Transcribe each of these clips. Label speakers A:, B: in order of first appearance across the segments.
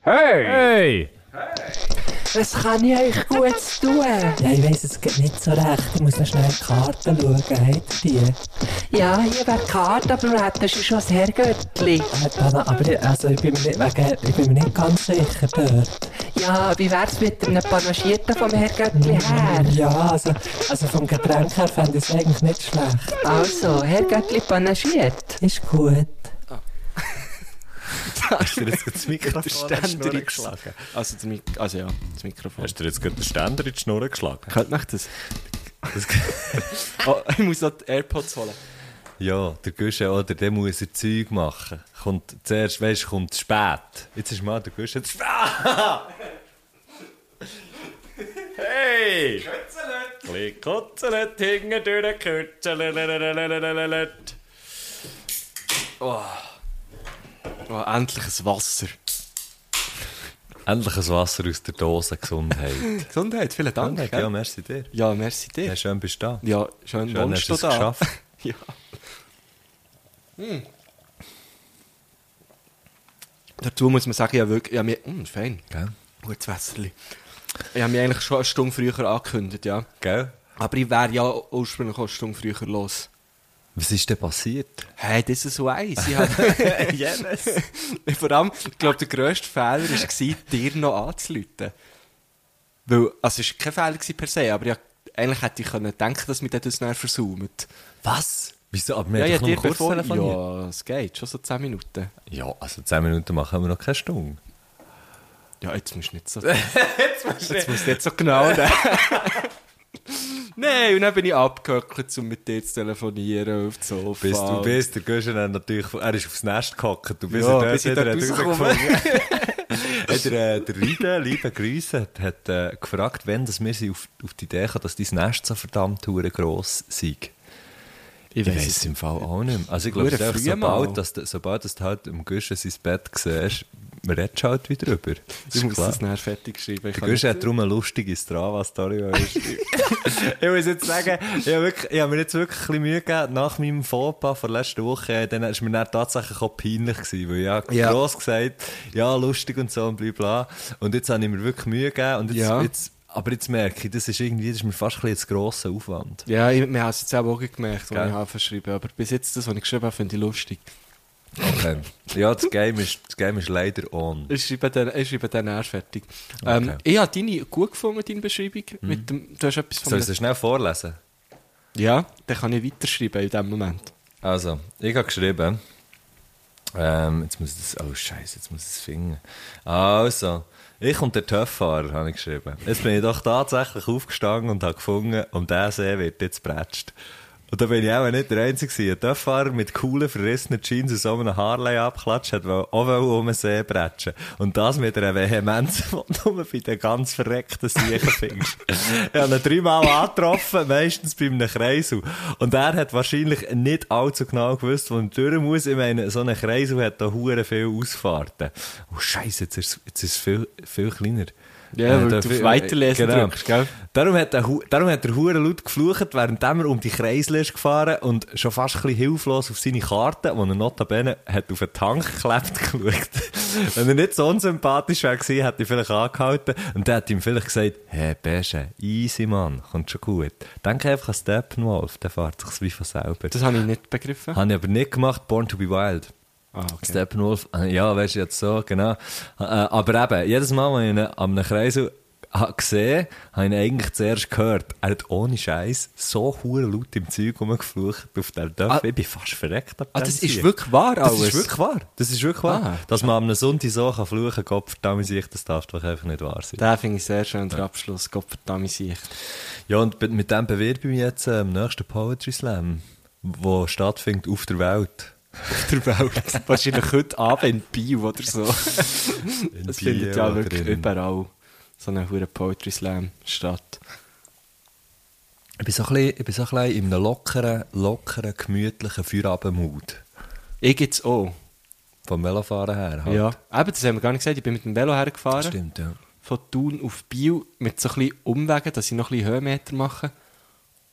A: Hey!
B: Hey!
C: Was kann ich euch Gutes tun?
D: Ja, ich weiss, es geht nicht so recht. Ich muss noch schnell die Karten schauen. Habt ihr die? äh,
C: Ja, hier wäre die Karte, aber du hättest schon das Herrgöttli.
D: Ah, Dana, aber ich, also ich, bin mir nicht, wegen, ich bin mir nicht ganz sicher dort.
C: Ja, wie wär's mit einem Panagierten vom Herrgöttli her?
D: Ja, also, also vom Getränk her fände ich es eigentlich nicht schlecht.
C: Also, Herrgöttli panagiert.
D: Ist gut.
E: Hast du jetzt das Mikrofon Ständer geschlagen? Also, das Mik also ja, das Mikrofon.
B: Hast du dir jetzt gerade den Ständer in die Schnur geschlagen?
E: Könnt mich das? oh, ich muss noch die AirPods holen.
F: Ja, der Guschen, oder der muss er Zeug machen. Kommt zuerst, weißt du, kommt zu spät. Jetzt ist mal der Guschen zu spät.
B: Hey! Kutzelet! Kutzelet, hinten durch Kutzelet.
E: Oh, endlich ein Wasser.
F: Endlich ein Wasser aus der Dose, Gesundheit.
E: Gesundheit, vielen Dank.
F: Danke, ja,
E: gell?
F: merci dir.
E: ja, merci dir.
F: Ja, schön bist du da.
E: Ja, schön,
F: Schön, hast
E: wohnst du
F: du es
E: da.
F: geschafft.
E: ja. Hm. Dazu muss man sagen, ja wirklich, ja, mir, mm, fein,
F: Gell?
E: gutes Wässerli. Ich habe mich eigentlich schon eine Stunde früher angekündigt, ja.
F: Gell?
E: Aber ich wäre ja ursprünglich auch eine Stunde früher los.
F: Was ist denn passiert?
E: Hey, das ist so eins. Ich hab- Vor allem, ich glaube, der grösste Fehler war, dir noch anzuleuten. Weil, also es war kein Fehler gewesen per se, aber ja, eigentlich hätte ich können denken dass wir das dann versaumt.
F: Was? Wieso? Aber wir
E: Ja,
F: haben
E: ja,
F: doch nur
E: dir
F: kurz
E: bevor...
F: telefoniert.
E: Ja, es geht, schon so 10 Minuten.
F: Ja. also 10 Minuten machen wir noch keine Stunde.
E: Ja, jetzt musst du nicht so... jetzt musst du jetzt musst du nicht so genau nehmen. Nein, und dann bin ich abgehöckelt, um mit dir zu telefonieren auf dem Sofa.
F: Bis du bist, der Guschen hat natürlich, er ist aufs Nest gehackt. Du bist
E: Ja,
F: ja,
E: bis ich
F: dort,
E: dort
F: hat er
E: rauskomme.
F: herausgefunden. Hat er, äh, der Reiden, liebe Grüße, hat, hat äh, gefragt, wenn das wir sind auf, auf die Idee kamen, dass dein Nest so verdammt hure gross sei.
E: Ich
F: Ich
E: weiss
F: weiß
E: es
F: es im Fall auch nicht mehr. Also ich glaube,
E: Hure
F: es ist einfach,
E: früh mal.
F: sobald, dass, du- sobald dass du halt im Guschen sein Bett siehst, redest du halt wieder drüber. Das
E: Ich
F: ist
E: muss
F: klar.
E: das nachher fertig schreiben. Ich
F: Der
E: kann
F: Guschen hat darum eine lustige Strava-Story. weil er- ich muss jetzt sagen, ich habe, wirklich, ich habe mir jetzt wirklich ein bisschen Mühe gegeben, nach meinem Fauxpas von letzter Woche, äh, dann war es mir dann tatsächlich auch peinlich, gewesen, weil ich habe
E: Ja.
F: gross gesagt, ja, lustig und so und blablabla. Und jetzt habe ich mir wirklich Mühe gegeben und jetzt,
E: Ja.
F: jetzt, aber jetzt merke ich, das ist irgendwie, das ist mir fast ein bisschen zu grosser Aufwand.
E: Ja, ich, wir haben es jetzt auch auch gemerkt, was
F: Gell?
E: ich habe verschrieben Aber bis jetzt, das, was ich geschrieben habe, finde ich lustig.
F: Okay. ja, das Game, ist, das Game ist leider on.
E: Ich schreibe dann, ich schreibe dann erst fertig. Ähm,
F: Okay.
E: ich habe deine gut gefunden, deine Beschreibung. Mit dem, du hast etwas von
F: Soll ich es schnell vorlesen?
E: Ja, dann kann ich weiterschreiben in dem Moment.
F: Also, ich habe geschrieben. Ähm, jetzt muss ich das. Oh, Scheiße, jetzt muss ich es finden. Also, ich und der Töfffahrer habe ich geschrieben. Jetzt bin ich doch tatsächlich aufgestanden und habe gefunden, um diesen See wird jetzt brätscht. Und da bin ich auch nicht der Einzige. gewesen. Ein Töfffahrer mit coolen, verrissenen Jeans und so einem Harley-Abklatsch hat wohl- auch wollen um den See brätschen. Und das mit einer Vehemenz, die du nur bei den ganz verreckten Siechen findest. ich habe ihn dreimal angetroffen, meistens bei einem Kreisel. Und er hat wahrscheinlich nicht allzu genau gewusst, wo er durch muss. Ich meine, so ein Kreisel hat da hure viel Ausfahrten. Oh Scheiße, jetzt ist, jetzt ist es viel, viel kleiner.
E: Ja, weil
F: da
E: du
F: viel- äh, genau.
E: auf Weiterlesen drückst, gell?
F: Darum hat der, Hu- darum hat der Hure laut geflucht, während er um die Kreisel ist gefahren und schon fast ein bisschen hilflos auf seine Karte, die er notabene hat auf den Tank geklebt geschaut. Wenn er nicht so unsympathisch wäre gewesen, hätte ich vielleicht angehalten und dann hätte ihm vielleicht gesagt, hey Besche, easy Mann, kommt schon gut. Denke einfach an Steppenwolf, der fährt sich wie von selber.
E: Das habe ich nicht begriffen.
F: Habe ich aber nicht gemacht, Born to be Wild.
E: Ah, okay.
F: Steppenwolf, äh, ja, weißt du jetzt so, genau. Äh, Aber eben, jedes Mal, wenn ich ihn am Kreisel ha- gesehen habe, habe ich ihn eigentlich zuerst gehört. Er hat ohne Scheiß so hure laut im Zeug rumgeflucht auf der Dörf.
E: Ah.
F: ich bin fast verreckt. ab
E: Ah,
F: dem
E: das ist
F: Zeug.
E: wirklich wahr
F: Das
E: alles?
F: ist wirklich wahr. Das ist wirklich wahr.
E: Ah.
F: Dass man am Sonntag so kann fluchen kann, Gott verdammt sich, das darf doch einfach nicht wahr sein.
E: Den finde ich sehr schön, der Abschluss. Gottverdammt Sicht.
F: Ja, und be- mit dem bewerbe ich mich jetzt äh, im nächsten Poetry Slam, wo stattfindet auf der Welt.
E: Auf der Welt. Wahrscheinlich heute Abend in Bio oder so.
F: In
E: Das findet
F: Biel
E: ja
F: oder
E: wirklich
F: in-
E: überall so eine hure Poetry Slam statt.
F: Ich bin so ein bisschen, ich bin so ein bisschen in einem lockeren, lockeren, gemütlichen Feierabendmut.
E: Ich jetzt auch.
F: Vom Velofahren her. Halt.
E: Ja. Eben, das haben wir gar nicht gesagt. Ich bin mit dem Velo hergefahren.
F: Das stimmt, ja.
E: von Thun auf Biel mit so ein bisschen Umwegen, dass ich noch ein bisschen Höhenmeter mache.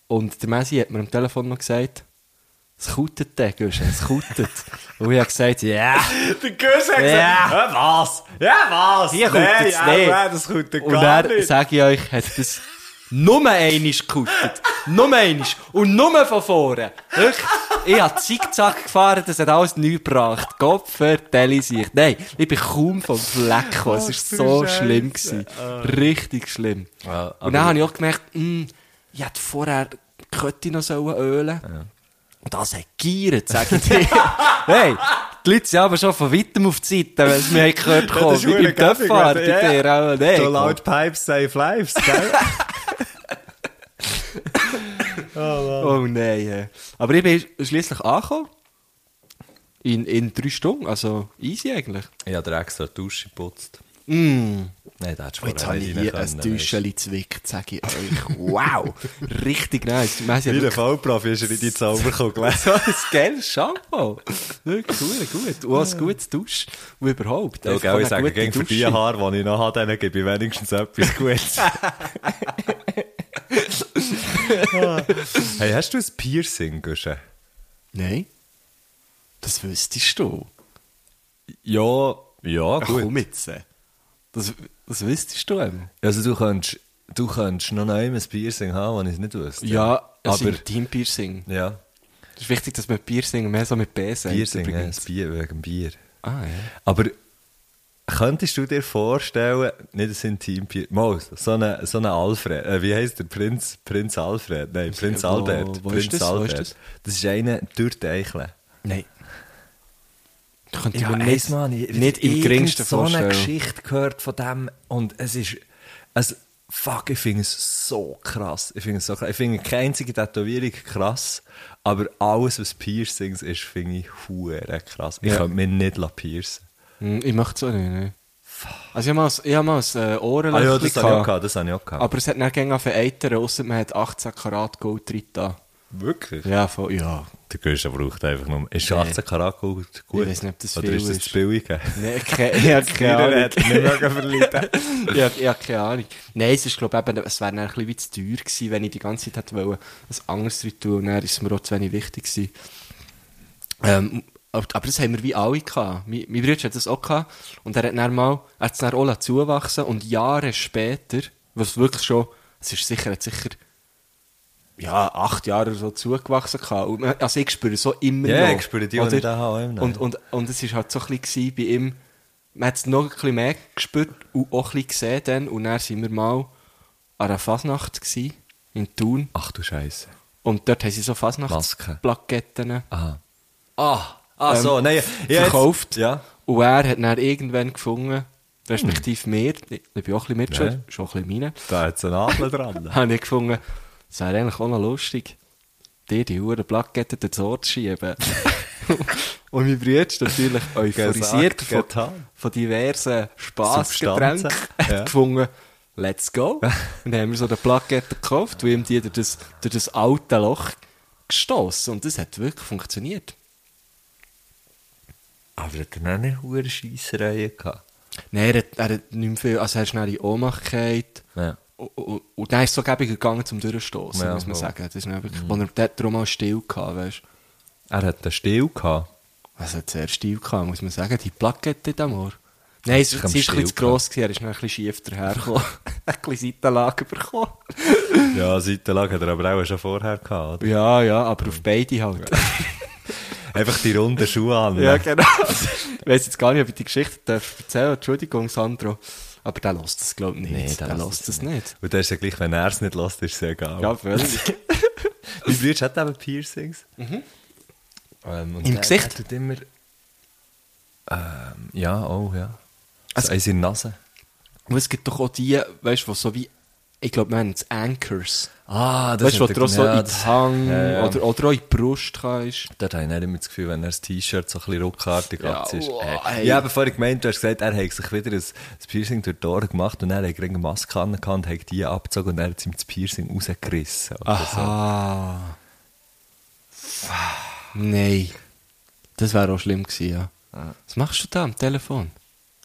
E: Und der Messi hat mir am Telefon noch gesagt, Es kautet der Guschen, es kautet. Und ich habe gesagt, ja.
B: Der Güsse hat
E: Ja.
B: gesagt, «Hä, was? Ja, was?
E: Hier kommt
B: Nein,
E: jetzt
B: ja,
E: nicht.
B: nein, das kommt ja
E: Und
B: gar
E: dann
B: nicht.
E: sage ich euch, hat das nur einmal gekautet. nur einmal. Und nur von vorne. Wirklich. Ich habe zickzack gefahren, das hat alles neu gebracht. Gott vertelle sich. Nein, ich bin kaum vom Fleck gekommen. Es war so schlimm. Gewesen.
B: Ah.
E: Richtig schlimm.
F: Ja,
E: Und dann habe ich auch gemerkt, mh, ich hätte vorher die Kötti noch sollen ölen Und das hat giert, sage ich dir. hey, die Leute sind aber schon von weitem auf die Seite, weil sie mir haben
B: Ja,
E: gehört
B: das
E: haben,
B: ist
E: wie beim
B: verdammt gaffig,
E: Töpfart bei
B: wenn- ja.
E: dir. aber nein,
B: So
E: komm.
B: laut Pipes save lives, gell?
E: Oh nein. äh. Aber ich bin schließlich angekommen. In, in drei Stunden. Also easy eigentlich.
F: Ich habe dir extra die Dusche geputzt.
E: Mm.
F: Nein, da hättest du
E: Jetzt
F: vorher
E: habe ich
F: nicht
E: hier
F: rein
E: ein
F: können, weisst
E: Täuschchen zwickt, sage ich euch. Wow! Richtig nice. Wir haben
F: du. Wie
E: ja
F: der Vollprofi ist er in die Zauberkugel.
E: so ein geiles Shampoo. Wirklich gut, gut. Und auch ein gutes Dusch. Und überhaupt.
F: Ja,
E: einfach
F: gell, ich
E: eine
F: sage,
E: gute
F: gegen für die
E: Dusche.
F: Haare, die ich noch habe, denen gebe ich wenigstens etwas Gutes. hey, hast du ein Piercing, Gusche?
E: Nein. Das wüsstest du.
F: Ja, ja,
E: Ach,
F: gut.
E: komm jetzt. äh. Das, das wüsstest du eben.
F: Also du könntest, du könntest noch einmal ein Piercing haben, wenn ich es nicht wüsste.
E: Ja, also
F: aber...
E: aber... Team-Piercing.
F: Ja,
E: Es ist wichtig, dass man Piercing mehr so mit B sagt.
F: Piercing, ja, das
E: übrigens.
F: Bier, wegen Bier.
E: Ah, ja.
F: Aber könntest du dir vorstellen, nicht das Intim-Piercing, mal, so einen so eine Alfred, äh, wie heißt der, Prinz, Prinz Alfred, nein, Prinz
E: Wo-
F: Albert.
E: wo ist
F: Prinz
E: das? Wo ist
F: Albert.
E: das?
F: das ist einer durch die Eichel.
E: Nein. Da könnte ich
F: Ja,
E: mir
F: eins,
E: nicht,
F: Mann, ich,
E: nicht im
F: irgend
E: geringsten
F: so eine
E: vorstellen.
F: Geschichte gehört von dem und es ist, also, fuck, ich finde es so krass. Ich finde es so krass. Ich finde keine einzige Tätowierung krass, aber alles, was Piercings ist, finde ich hure krass. Ich
E: Ja.
F: könnte mir nicht la piercen.
E: Hm, Ich möchte es auch nicht. Ne? Also ich habe mal ein- ich habe mal ein äh,
F: Ah
E: Ohrenlöchchen
F: ja, das habe ich auch
E: gehabt,
F: gehabt, das habe ich auch gehabt.
E: aber es hat nicht gegen vereitern, ausser man hat 18 Karat Gold drin da.
F: Wirklich?
E: Ja, voll, ja.
F: Der Göscher braucht einfach nur... Ist 18 Karat Gold gut?
E: Ich weiss nicht, ob das
F: Oder
E: viel
F: ist das
E: ist.
F: zu billig?
E: Nein, keine, ich habe keine
B: Keiner
E: Ahnung.
B: hat nicht mögen verleiden.
E: ich, habe, ich habe keine Ahnung. Nein, es ist, glaube ich, eben, es wäre dann ein bisschen wie zu teuer gewesen, wenn ich die ganze Zeit hätte wollen, was anderes drin tun. Und dann ist es mir auch zu wenig wichtig gewesen. Ähm, aber aber das haben wir wie alle gehabt. Mein, mein Bruder hat das auch gehabt. Und er hat dann mal, er hat es dann auch lassen zuwachsen und Jahre später, was wirklich schon, es ist sicher, hat sicher, ja, acht Jahre oder so zugewachsen gehabt. Und man- Also ich spüre so immer
F: Ja,
E: noch.
F: ich spüre die, wenn
E: Oder?
F: ich den habe, auch immer noch.
E: Und, und, und es war halt so ein bisschen gewesen bei ihm, man hat es noch ein bisschen mehr gespürt und auch ein bisschen gesehen dann. Und dann sind wir mal an einer Fasnacht gewesen, in Thun.
F: Ach du Scheiße.
E: Und dort haben sie so
F: Masken.
E: Fasnachtsplaketten.
F: Aha. Ah, ah
E: Ähm,
F: so, nein. ja, jetzt-
E: verkauft.
F: Ja.
E: Und er hat dann irgendwann gefunden, respektive mir, ich ich bin auch ein bisschen mit, schon,
F: Ja.
E: schon ein bisschen meine,
F: Da hat es einen Adler dran.
E: habe ich gefunden, es wäre eigentlich auch noch lustig, dir die Uhren Plakette den Ort zu schieben. Und mein Bruder ist natürlich euphorisiert von,
F: getan.
E: von diversen Spassgetränken
F: Substanzen, ja.
E: hat gefunden, let's go. Und dann haben wir so eine Plakette gekauft und ihm die durch das, durch das alte Loch gestossen. Und das hat wirklich funktioniert.
F: Aber hat er dann nicht eine Scheisserei gehabt?
E: Nein, er hat, er hat nicht mehr viel, also er ist schnell in Ohnmacht gefallen.
F: Ja.
E: Und, und, und dann ist es so gäbig gegangen zum Durchstoßen,
F: Ja,
E: muss man
F: voll.
E: sagen. Das ist dann wirklich, mhm. Und er dort drum auch still gehabt, weißt du.
F: Er hat einen Stil gehabt.
E: Also hat sehr still gehabt, muss man sagen. Die Plakette da mal. Nein, es,
F: Ich
E: es
F: hab
E: ist ein
F: still
E: bisschen zu gross gewesen, er ist noch ein bisschen schief dahergekommen. ein bisschen Seitenlage bekommen.
F: Ja, Seitenlage hat er aber auch schon vorher gehabt. oder?
E: Ja, ja, aber auf beide halt.
F: Einfach die runden Schuhe an.
E: ja, genau. ich weiss jetzt gar nicht, ob ich die Geschichte darf erzählen darf. Entschuldigung, Sandro. Aber der lässt das, glaube ich, nicht.
F: Nee, der
E: der
F: lässt
E: lässt das nicht.
F: Und das ist ja gleich, wenn er es nicht lässt, ist es ja egal.
E: Ja, völlig.
F: Mein Bruder hat eben Piercings.
E: Mhm.
F: Ähm, und
E: Im
F: der-
E: Gesicht?
F: der tut immer... Ähm, ja, oh ja. Also,
E: Also-
F: so eins in die Nase.
E: Und es gibt doch auch die, weißt du, die so wie, ich glaube, wir haben das Anchors.
F: Ah,
E: Das weißt du, wo du auch so in den Hang
F: Ja, ja.
E: Oder, oder auch in die Brust kannst.
F: Dort habe ich dann immer das Gefühl, wenn er das T-Shirt so ein bisschen ruckartig
E: Ja,
F: abzieht.
E: wow,
F: Hey.
E: hey.
F: Ich habe vorhin gemeint, du hast gesagt, er hat sich wieder ein, ein Piercing durch die Ohren gemacht und er hat irgendeine Maske angehabt und hat die abgezogen und er hat ihm das Piercing rausgerissen. oder
E: Ah. Nein. Das wäre auch schlimm gewesen, ja. Was machst du da am Telefon?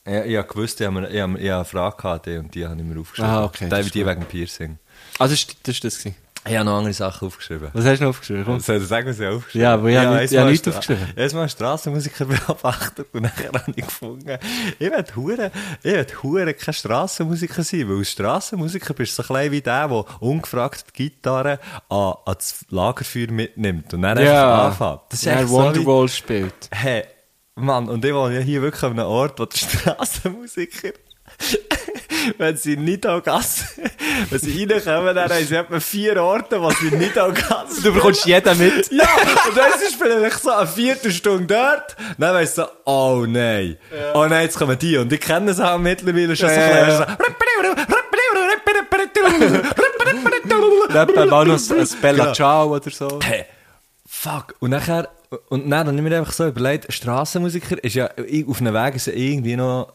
F: So. Ich, ich habe gewusst, ich habe, mir- ich habe, ich habe eine Frage gehabt die und die habe ich mir aufgeschrieben.
E: Ah, okay,
F: die,
E: das ist
F: die wegen dem Piercing.
E: Ah, das ist das, ist das gewesen.
F: Ich habe noch andere Sachen aufgeschrieben.
E: Was hast du noch aufgeschrieben? Komm.
F: Soll ich sagen, was ich aufgeschrieben
E: Ja, aber ich habe nicht- ich habe nichts aufgeschrieben.
F: Jetzt mal Strassenmusiker beobachtet und nachher habe ich gefunden, ich will hure, ich will hure kein Strassenmusiker sein, weil als Strassenmusiker bist du so klein wie der, der ungefragt die Gitarre ah, an, an das Lagerfeuer mitnimmt und dann
E: Ja,
F: einfach anfängt. Das ist
E: er
F: echt so wie,
E: Wonderwall spielt.
F: hey, Mann, und ich wohne ja hier wirklich an einem Ort, wo der Strassenmusiker Wenn sie nicht auch Gas, wenn sie reinkommen, dann haben sie etwa vier Orte, wo sie nicht auch Gas
E: Du bekommst jeden mit.
F: ja, und dann ist vielleicht so eine Viertelstunde dort. Dann weißt du so, oh nein. Oh nein, jetzt kommen die. Und ich kenne es auch mittlerweile schon
E: Ja,
F: so ein bisschen.
E: Eben auch noch ein Bella
F: Genau.
E: Ciao oder so.
F: Hey, fuck. Und nachher, und dann habe ich mir einfach so überlegt, Strassenmusiker ist ja, auf einem Weg ist ja irgendwie noch,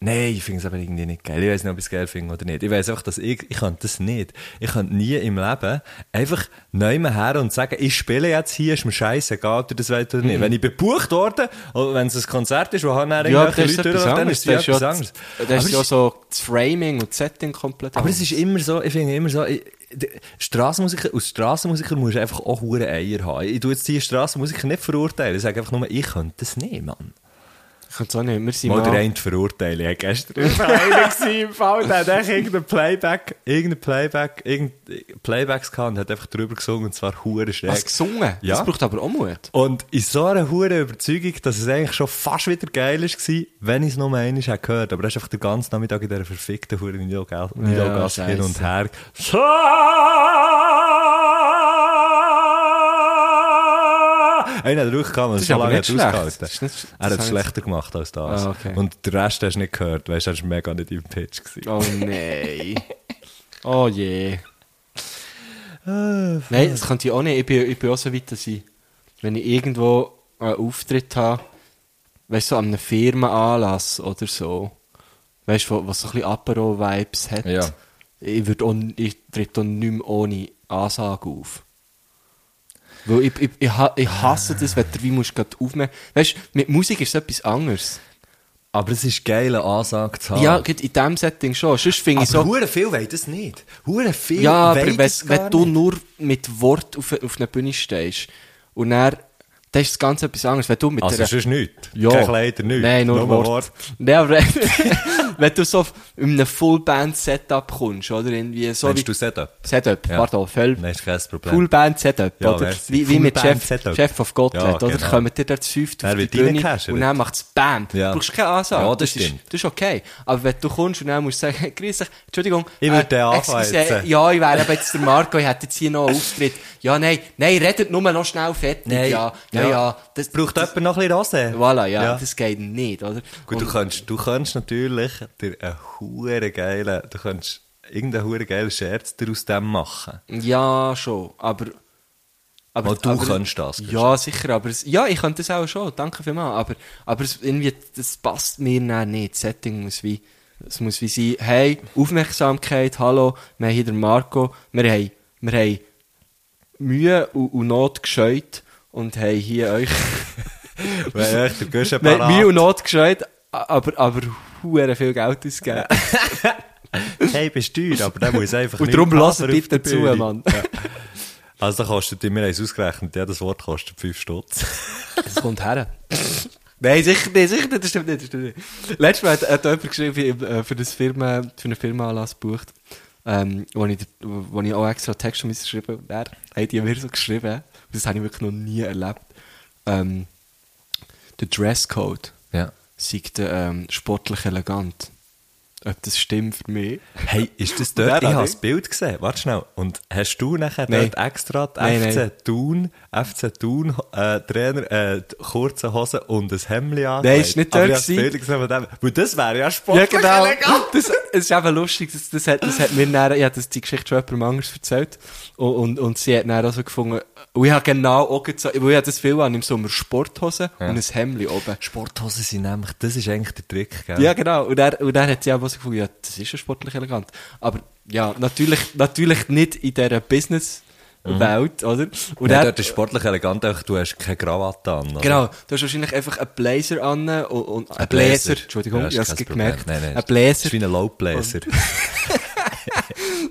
F: nein, ich finde es aber irgendwie nicht geil. Ich weiß nicht, ob ich es geil finde oder nicht. Ich weiß einfach, dass ich, ich kann das nicht. Ich kann nie im Leben einfach neu her und sagen, ich spiele jetzt hier, ist mir scheißegal, ob ihr das wollt oder nicht.
E: Mhm.
F: Wenn ich gebucht worden, oder wenn es ein Konzert ist, wo haben dann
E: Ja,
F: irgendwelche
E: das ist
F: Leute
E: etwas
F: durchlaufen, dann
E: anderes.
F: ist es ja etwas anderes.
E: Das ist ja, das
F: Aber
E: ist
F: es
E: ja so das Framing und das Setting komplett
F: aber es ist immer so, ich finde immer so, ich, d- Strassenmusiker, als Strassenmusiker musst du einfach auch hure Eier haben. Ich tue jetzt die Strassenmusiker nicht verurteilen, ich sage einfach nur, ich könnte das nicht, Mann.
E: Ich kann es auch nicht. Wir sind
F: Mal der
E: mal...
F: eine verurteilen, ich war gestern im Verein gewesen, im Fall, der hat echt irgendein Playback, irgendein Playback, irgendein Playbacks gehabt und hat einfach drüber gesungen, und zwar hure schräg.
E: Was gesungen?
F: Ja.
E: Das braucht aber auch Mut.
F: Und in so einer hohen Überzeugung, dass es eigentlich schon fast wieder geil war, wenn ich es nur einmal hätte gehört. Aber das ist einfach den ganzen Nachmittag in dieser verfickten hohen Nilogas
E: scheisse.
F: hin und her. Einer hat durchgekommen und
E: ist
F: so
E: aber
F: lange hat
E: nicht
F: er
E: schlecht.
F: ausgehalten.
E: Das ist nicht-
F: Er
E: das
F: hat es
E: heißt-
F: schlechter gemacht als das.
E: Ah, okay.
F: Und den Rest hast du nicht gehört. Weißt du, er war mega nicht im Pitch. Gewesen.
E: Oh nein. Oh je. nein, das könnte ich auch nicht. Ich bin, ich bin auch so weit, dass ich, wenn ich irgendwo einen Auftritt habe, weißt du, so an einem Firmenanlass oder so, weißt du, was so ein bisschen Apero-Vibes hat,
F: Ja.
E: ich, würd auch, ich tritt auch nicht mehr ohne Ansage auf. Weil ich, ich, ich, ha- ich hasse das, wenn du wie musst gerade aufnehmen. Weißt du, mit Musik ist es etwas anderes.
F: Aber es ist geil, eine Ansage zu haben.
E: Ja, gerade in diesem Setting schon. Sonst finde ich so.
F: Hure viel wollen das nicht. Hure viel
E: Ja, aber
F: wollen
E: wenn,
F: das gar
E: wenn du
F: nicht.
E: nur mit Wort auf, auf einer Bühne stehst und dann, dann ist das ganz etwas anderes. Wenn du mit
F: Also,
E: einer-
F: es ist nichts. Kein Kleider, nichts.
E: Nein, nur, Wort. Nein, aber wenn du so in einem Full-Band-Setup kommst, oder irgendwie so
F: Meinst
E: wie...
F: du Setup?
E: Setup,
F: Ja.
E: pardon, voll...
F: Nein, ist kein Problem.
E: Full-Band-Setup,
F: Ja,
E: oder?
F: merci.
E: Wie, wie mit Chef,
F: Full-Band-Setup.
E: Chef of Gottlet,
F: Ja,
E: oder?
F: genau.
E: Kommt ihr dort zu fünft auf
F: Dann
E: die
F: wird
E: Bühne
F: reingecasht.
E: und dann macht es BAM.
F: Ja.
E: Du brauchst keine Ansage.
F: Ja, das
E: ist,
F: stimmt.
E: das ist okay. dus Aber wenn du kommst und dann musst du sagen, grüß dich, Entschuldigung,
F: Ich würde den anfangen
E: excuse,
F: jetzt.
E: äh, ja, ich wäre eben jetzt der Marco, ich hätte jetzt hier noch einen Auftritt. Ja, nein, nein, redet nur noch schnell fertig.
F: Nein.
E: Ja, ja, ja. das,
F: Braucht
E: das,
F: jemand noch ein bisschen Rose?
E: Voilà, ja, das geht nicht, oder?
F: Gut, du kannst, du kannst natürlich dir einen hure geilen, du kannst irgendeinen hure geilen Scherz daraus dem machen.
E: Und, ja, schon, aber... aber
F: Mal du kannst das, gell?
E: Ja, sicher, aber... Es, ja, ich könnte das auch schon, danke vielmals, aber, aber es, irgendwie, das passt mir dann nicht. Das Setting muss wie... Es muss wie sein, hey, Aufmerksamkeit, hallo, wir haben hier den Marco, wir haben, wir haben Mühe und, und Not gescheut und haben hier euch...
F: Weil ich, du gehst ein
E: Wir
F: paar
E: haben Mühe und Not gescheut, aber, aber huere viel Geld ausgegeben.
F: Hey, bist du teuer, aber der muss einfach
E: Und
F: nicht
E: darum lassen
F: Cover auf
E: bitte
F: der
E: zu,
F: Bühne.
E: Mann.
F: Also, da kostet, wir haben es ausgerechnet, ja, das Wort kostet 5 Stutz.
E: Das kommt her. Nein, sicher nicht, sicher nicht, das stimmt nicht, das stimmt nicht. Letztes Mal hat, hat jemand geschrieben, äh, für, das Firma, für eine Firmenanlass gebucht, ähm, wo, ich, wo ich auch extra Texte müssen schreiben musste. Und er hat die mir so geschrieben, das habe ich wirklich noch nie erlebt. Ähm, der Dresscode
F: Ja.
E: sagt ähm, sportlich elegant. Ob das stimmt für mich?
F: Hey, ist das
E: Wer
F: dort?
E: hat
F: Ich habe
E: ich?
F: das Bild gesehen. Warte schnell. Und hast du nachher
E: Nein.
F: dort extra die
E: Nein,
F: FC
E: nein.
F: Thun, FC Thun äh, Trainer, äh, die kurze Hose und ein Hemdli an?
E: ist nicht dort
F: Aber ich habe das
E: gewesen. genau.
F: Bild gesehen von dem. Weil das wäre ja sportlich elegant.
E: Das, es ist eben lustig, das, das, hat, das hat mir dann, ich habe das, die Geschichte schon jemandem anders erzählt und, und, und sie hat dann auch so gefunden, und ich habe genau auch gesagt, weil ich habe das viel an im Sommer Sporthosen und ein Hemdli oben.
F: Sporthosen sind nämlich, das ist eigentlich der Trick, gell?
E: Ja, genau. Und dann, und dann hat sie auch so gefunden, ja, das ist ja sportlich elegant. Aber ja, natürlich, natürlich nicht in dieser Business-Welt, oder? Und
F: Nein,
E: dann-
F: Mhm. dort ist sportlich elegant, einfach, du hast keine Krawatte an. oder?
E: Genau, du hast wahrscheinlich einfach einen Blazer an und, und einen Blazer, Entschuldigung,
F: Ja,
E: ich
F: ist
E: habe es
F: kein Problem.
E: gemerkt,
F: Nein, nein,
E: einen
F: ist-
E: Blazer
F: ist wie ein Laubbläser.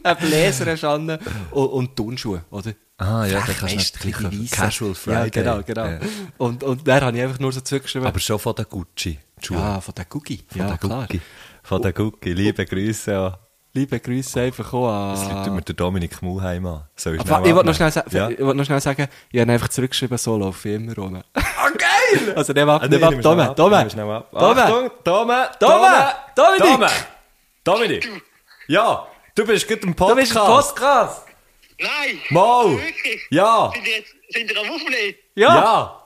E: ein Bläser hast du an und, und Turnschuhe, oder?
F: Ah, ja, dann
E: Frech,
F: kannst du
E: weisst,
F: natürlich
E: die weissen.
F: Casual Friday.
E: Ja, genau, genau.
F: Ja.
E: Und, und dann habe ich einfach nur so zugeschrieben.
F: Aber schon von der Gucci. die Schuhe.
E: ja, von der Cookie.
F: von
E: Ah, Ja,
F: der
E: klar.
F: Gucci. Von der Gucci. Liebe Grüße an.
E: Liebe Grüße einfach auch an...
F: Das läutet mir der Dominik Mulheim an. Soll ich
E: Aber Ah. ich wollte noch, schnell sa-
F: Ja.
E: ich wollte noch schnell sagen, ich habe einfach zurückgeschrieben, so laufe ich immer rum.
F: Ah, geil!
E: Also nehm ab,
F: Ah, nee,
E: nehm ab,
F: nimm schnell
E: Tome,
F: ab,
E: Tome,
F: nimm schnell ab.
E: Tome,
F: Achtung, Tome,
E: Tome, Dominik!
F: Tome, Dominik! Ja, du bist gerade im
E: Du
F: Podcast.
E: bist ein Podcast!
A: Nein!
F: Mal.
A: Wirklich?
F: Ja.
A: Sind ihr, jetzt, sind ihr am Aufnehmen?
E: Ja!
F: Ja,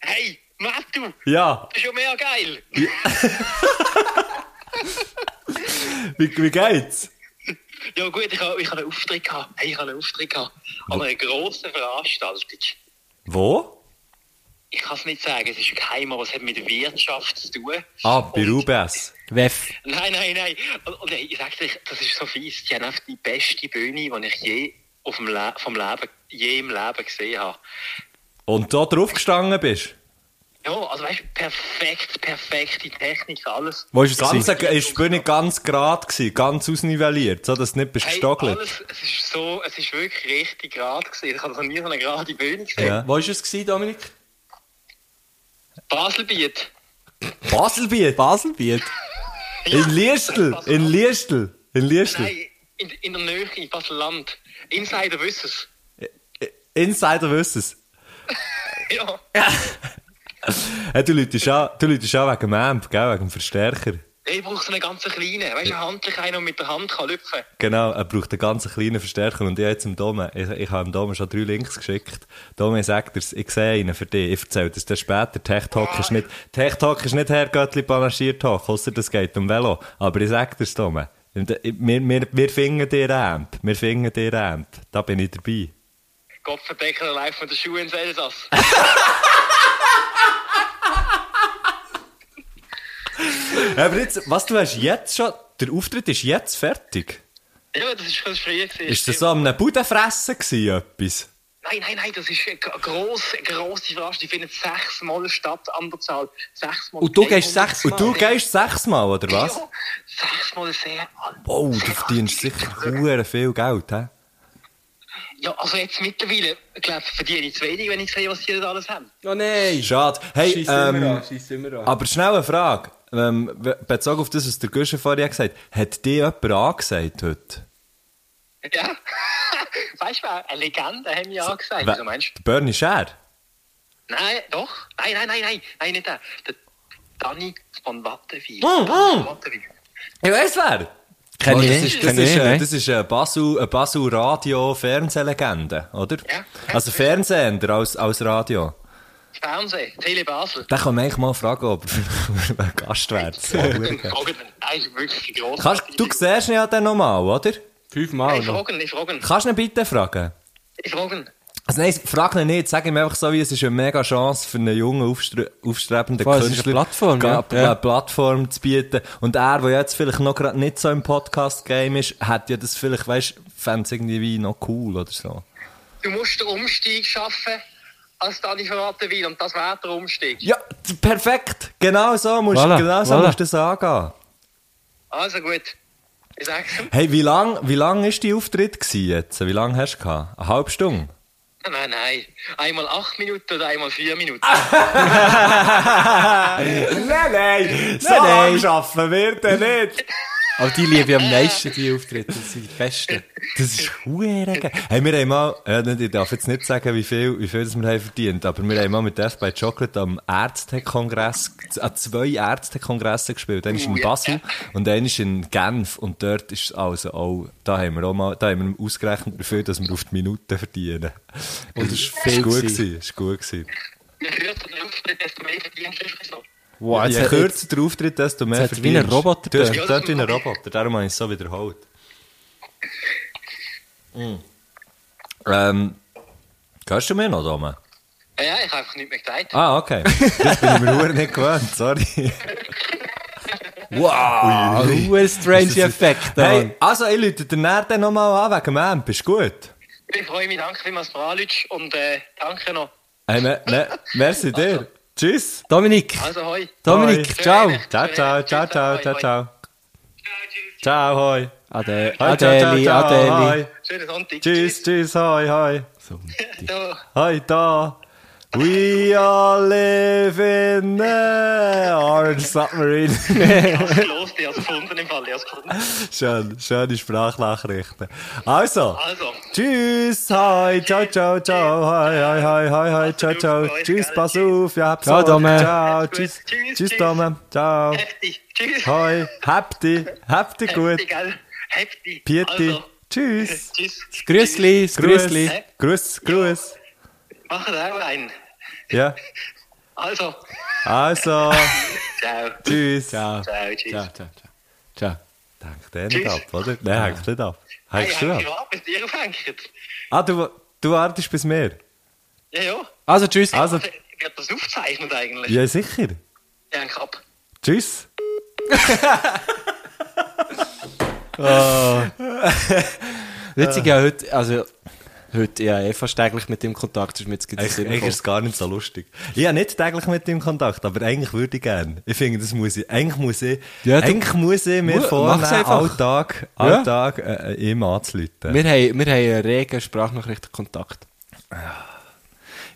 A: Hey, mach du!
F: ja.
A: Das ist ja mega geil!
F: Wie, wie geht's?
A: Ja gut, ich habe ich hab einen Auftritt gehabt. Hey, ich habe einen Auftritt gehabt. An einer grossen Veranstaltung.
F: Wo?
A: Ich kann es nicht sagen, es ist geheim, aber es hat mit Wirtschaft zu tun.
F: Ah, bei
A: Und-
F: Rubens.
E: Wef.
A: Nein, nein, nein. Und, und hey, ich sag's euch, das ist so fies. Die haben einfach die beste Bühne, die ich je auf dem Le vom Leben, je im Leben gesehen habe.
F: Und da drauf gestanden bist.
A: Ja, also weißt du, perfekt, perfekte Technik, alles.
E: Wo ist es
F: Ganz,
E: gewesen?
F: ist die Bühne ganz gerade gewesen, ganz ausnivelliert, so dass du nicht bist
A: Hey,
F: gestogelt.
A: alles, es ist so, es ist wirklich richtig gerade gewesen. Ich habe noch nie so eine gerade Bühne gesehen.
F: Ja.
E: Wo war es, gewesen, Dominik?
A: Baselbiet.
F: Baselbiet!
E: Baselbiet.
F: In Liestel! In Liestel! In Liestel!
A: Nein, in, in der Nähe, in Basel-Land. Insider wissen es.
F: Insider wissen es.
A: Ja.
F: Hey, du läutest an, du läutest an wegen dem Amp, gell? wegen dem Verstärker.
A: Ich brauche so einen ganz kleinen. Weißt du, handlich einen, der mit der Hand kann lüpfen
F: Genau, er braucht einen ganz kleinen Verstärker und ich habe jetzt dem Dome, ich, ich habe dem Dome schon drei Links geschickt. Dome sagt er's, ich sehe ihn für dich, ich erzähle das dann später. Tech Talk ist nicht, Tech Talk ist nicht Herr Göttli panaschiert Talk, ausser das geht um Velo. Aber ich sag dir's, Dome, äh, wir, wir, wir finden dir Amp, wir finden dir Amp, da bin ich dabei.
A: kann. Gott verdeckt, er läuft von den Schuhen ins Elsass.
F: Äh, Aber jetzt, was du hast jetzt schon, der Auftritt ist jetzt fertig.
A: ja, das ist ganz früh gewesen.
F: Ist das so am Budenfressen gewesen, etwas?
A: Nein, nein, nein, das ist eine g- grosse, grosse Überraschung. Die findet sechsmal statt an der Zahl. Sechsmal.
E: Und du gehst
A: 300
E: sechsmal?
F: Und du gehst sechsmal, oder was?
A: Ja, sechsmal sehr alt.
F: Oh, du verdienst sicher hure viel Geld, hä?
A: Ja, also jetzt mittlerweile, ich glaube, verdiene ich zu wenig, wenn ich sehe, was die dort alles haben.
E: Oh
F: Ah,
E: nein!
F: Schade. Hey,
E: Scheisse immer
F: ähm,
E: an, scheisse immer an.
F: aber schnell eine Frage. Ähm, be- bezogen auf das, was der Guschen vorhin gesagt hat, hat dir jemand angesagt heute?
A: Ja. weißt du, wer? eine Legende haben wir ja gesagt.
F: Wer-
A: Wieso meinst
F: Der Bernie Scher?
A: du? Nein, doch. Nein, nein, nein, nein, nein, nicht der. Der Danny von Wattenwil.
F: Mm,
A: Danny
F: mm.
A: von Wattenwil.
F: Ich weiß wer!
E: Kenn ich
F: das
E: nicht,
F: ist, das
E: kenn ich
F: ist, äh,
E: nicht.
F: das ist eine Basel, eine Basel Radio Fernsehlegende, oder?
A: Ja.
F: Also Fernsehender als, als Radio.
A: Fernsehen, Tele Basel.
F: Da kann man eigentlich mal fragen, ob er ein Gast wäre.
A: Fragen, nein, ist wirklich gross.
F: Kannst, du siehst ihn ja dann nochmal, oder?
E: Fünfmal
A: Ich
E: noch.
A: frage, ich frage,
F: Kannst du ihn bitte fragen?
A: ich frage.
F: Also nein, frag ihn nicht, sag ihm einfach so, wie es ist eine mega Chance für einen jungen, aufstre aufstrebenden
E: Voll, es ist
F: Künstler,
E: eine Plattform,
F: ga-
E: ja.
F: pl-
E: Ja.
F: Plattform zu bieten. Und er, der jetzt vielleicht noch gerade nicht so im Podcast-Game ist, hat ja das vielleicht, weißt du, fände es irgendwie wie noch cool oder so.
A: Du musst den Umstieg schaffen als Danny von Wattenwil und das wäre der Umstieg.
F: Ja, d- perfekt! Genau so musst,
E: Voilà,
F: genau so
E: voilà.
F: musst du das angehen.
A: Also gut. Ich sag's ihm.
F: Hey, wie lang, wie lang ist dein Auftritt gewesen jetzt? Wie lange hast du gehabt? Eine halbe Stunde?
A: Nein, nein. Einmal acht Minuten oder einmal vier Minuten.
F: nein, nein! So
E: nein.
F: lange schaffen wir den nicht!
E: Aber die liebe ich am meisten, die Auftritte. Das sind die besten.
F: Das ist huere geil. Hey, wir haben mal, ja, nicht- ich darf jetzt nicht sagen, wie viel, wie viel das wir haben verdient, aber wir haben mal mit Death by Chocolate am Ärztekongress, an zwei Ärztekongressen gespielt. Einer ist in
A: Uh, ja,
F: Basel
A: ja.
F: und einer ist in Genf und dort ist es also auch, da haben wir auch mal, da haben wir ausgerechnet, wie viel dass wir auf die Minute verdienen. Und das war
E: viel
F: gut.
E: gewesen.
F: Gewesen. Ist gut gewesen.
A: Je kürzer der Auftritt, desto mehr verdienst du sowieso.
E: Wow,
F: Je kürzer der Auftritt, desto mehr
E: jetzt hat wie ein
F: verdienst.
E: Roboter
F: Du hast
A: getönt.
F: getönt wie ein Roboter, darum habe ich es so wiederholt.
E: Mhm.
F: Mm. Ähm, hörst du mir noch, Dome?
A: Ja, Ja, ich habe einfach nichts mehr gesagt.
F: Ah, okay. Das bin ich mir nur nicht gewöhnt, sorry.
E: Wow! Ein strange Effekt.
F: Hey, also, ich lüte den Nerd dann nochmal an wegen dem Amp, ist gut.
A: Ich freue mich, danke vielmals, dass du anrufst und äh, danke noch.
F: Hey, me, ne, merci dir. Tschüss.
E: Dominik!
A: Also, hoi.
E: Dominik,
F: Hoi.
E: ciao!
F: Ciao, ciao, ciao, ciao, ciao, ciao. Ciao, hoi.
E: Ade,
B: Hi, ciao, ciao,
E: Adeli,
B: ciao,
E: Adeli.
B: hi.
A: Schönen Sonntag.
B: Tschüss, tschüss, hi, hi.
A: Da.
B: Hi, da. We all live in the orange submarine.
A: Ich hab's gelost, ich hab's gefunden im Fall. Ich hab's gefunden.
B: Schön, schöne Sprachnachrichten. Also,
A: Also.
B: tschüss, hi, ciao, ciao, ciao, hi, hi, hi, hi, hi, ciao, ciao, tschüss, pass auf, ja, hab's
E: Ciao, Dome.
B: ciao, tschüss,
A: Tschüss,
B: tschüss,
A: tschüss.
B: Dome, ciao,
A: Heftig. Tschüss.
B: hi, habt ihr, habt ihr gut,
A: Heftig, gell? Heftig.
B: Pieti,
A: Also,
B: tschüss,
A: tschüss.
E: Grüßli, das Grüßli.
B: Grüß, Grüß, Grüß,
A: Machen wir auch einen.
B: ja,
A: Also.
B: also,
A: Ciao.
B: tschüss.
E: Ciao.
A: Ciao. Tschüss.
E: Ciao, ciao, ciao. Ciao.
F: Hängt der nicht
A: Tschüss. Ah.
F: ab, oder?
B: Nein, hängst nicht ab.
A: Hey,
B: Hängst du ab?
A: ab, bis ihr aufhängt.
B: Ah, du, du wartest bis mir?
A: Ja, ja.
E: Also, tschüss.
B: Also,
A: Wird das aufgezeichnet eigentlich?
B: ja, sicher.
A: Ich häng ab.
B: Tschüss.
E: Witzig, ja, heute, also, heute, ja, eh fast täglich mit dem Kontakt, sonst jetzt gibt es
F: Eigentlich,
E: immer
F: eigentlich ist es gar nicht so lustig. Ich habe nicht täglich mit ihm Kontakt, aber eigentlich würde ich gerne. Ich finde, das muss ich, eigentlich muss ich,
E: Ja, du-
F: eigentlich muss ich mir
E: Mu-
F: vornehmen,
E: mach's einfach.
F: alltag, alltag äh, ihm anzuleiten.
E: Wir haben, wir haben einen regen Sprachnachrichtenkontakt.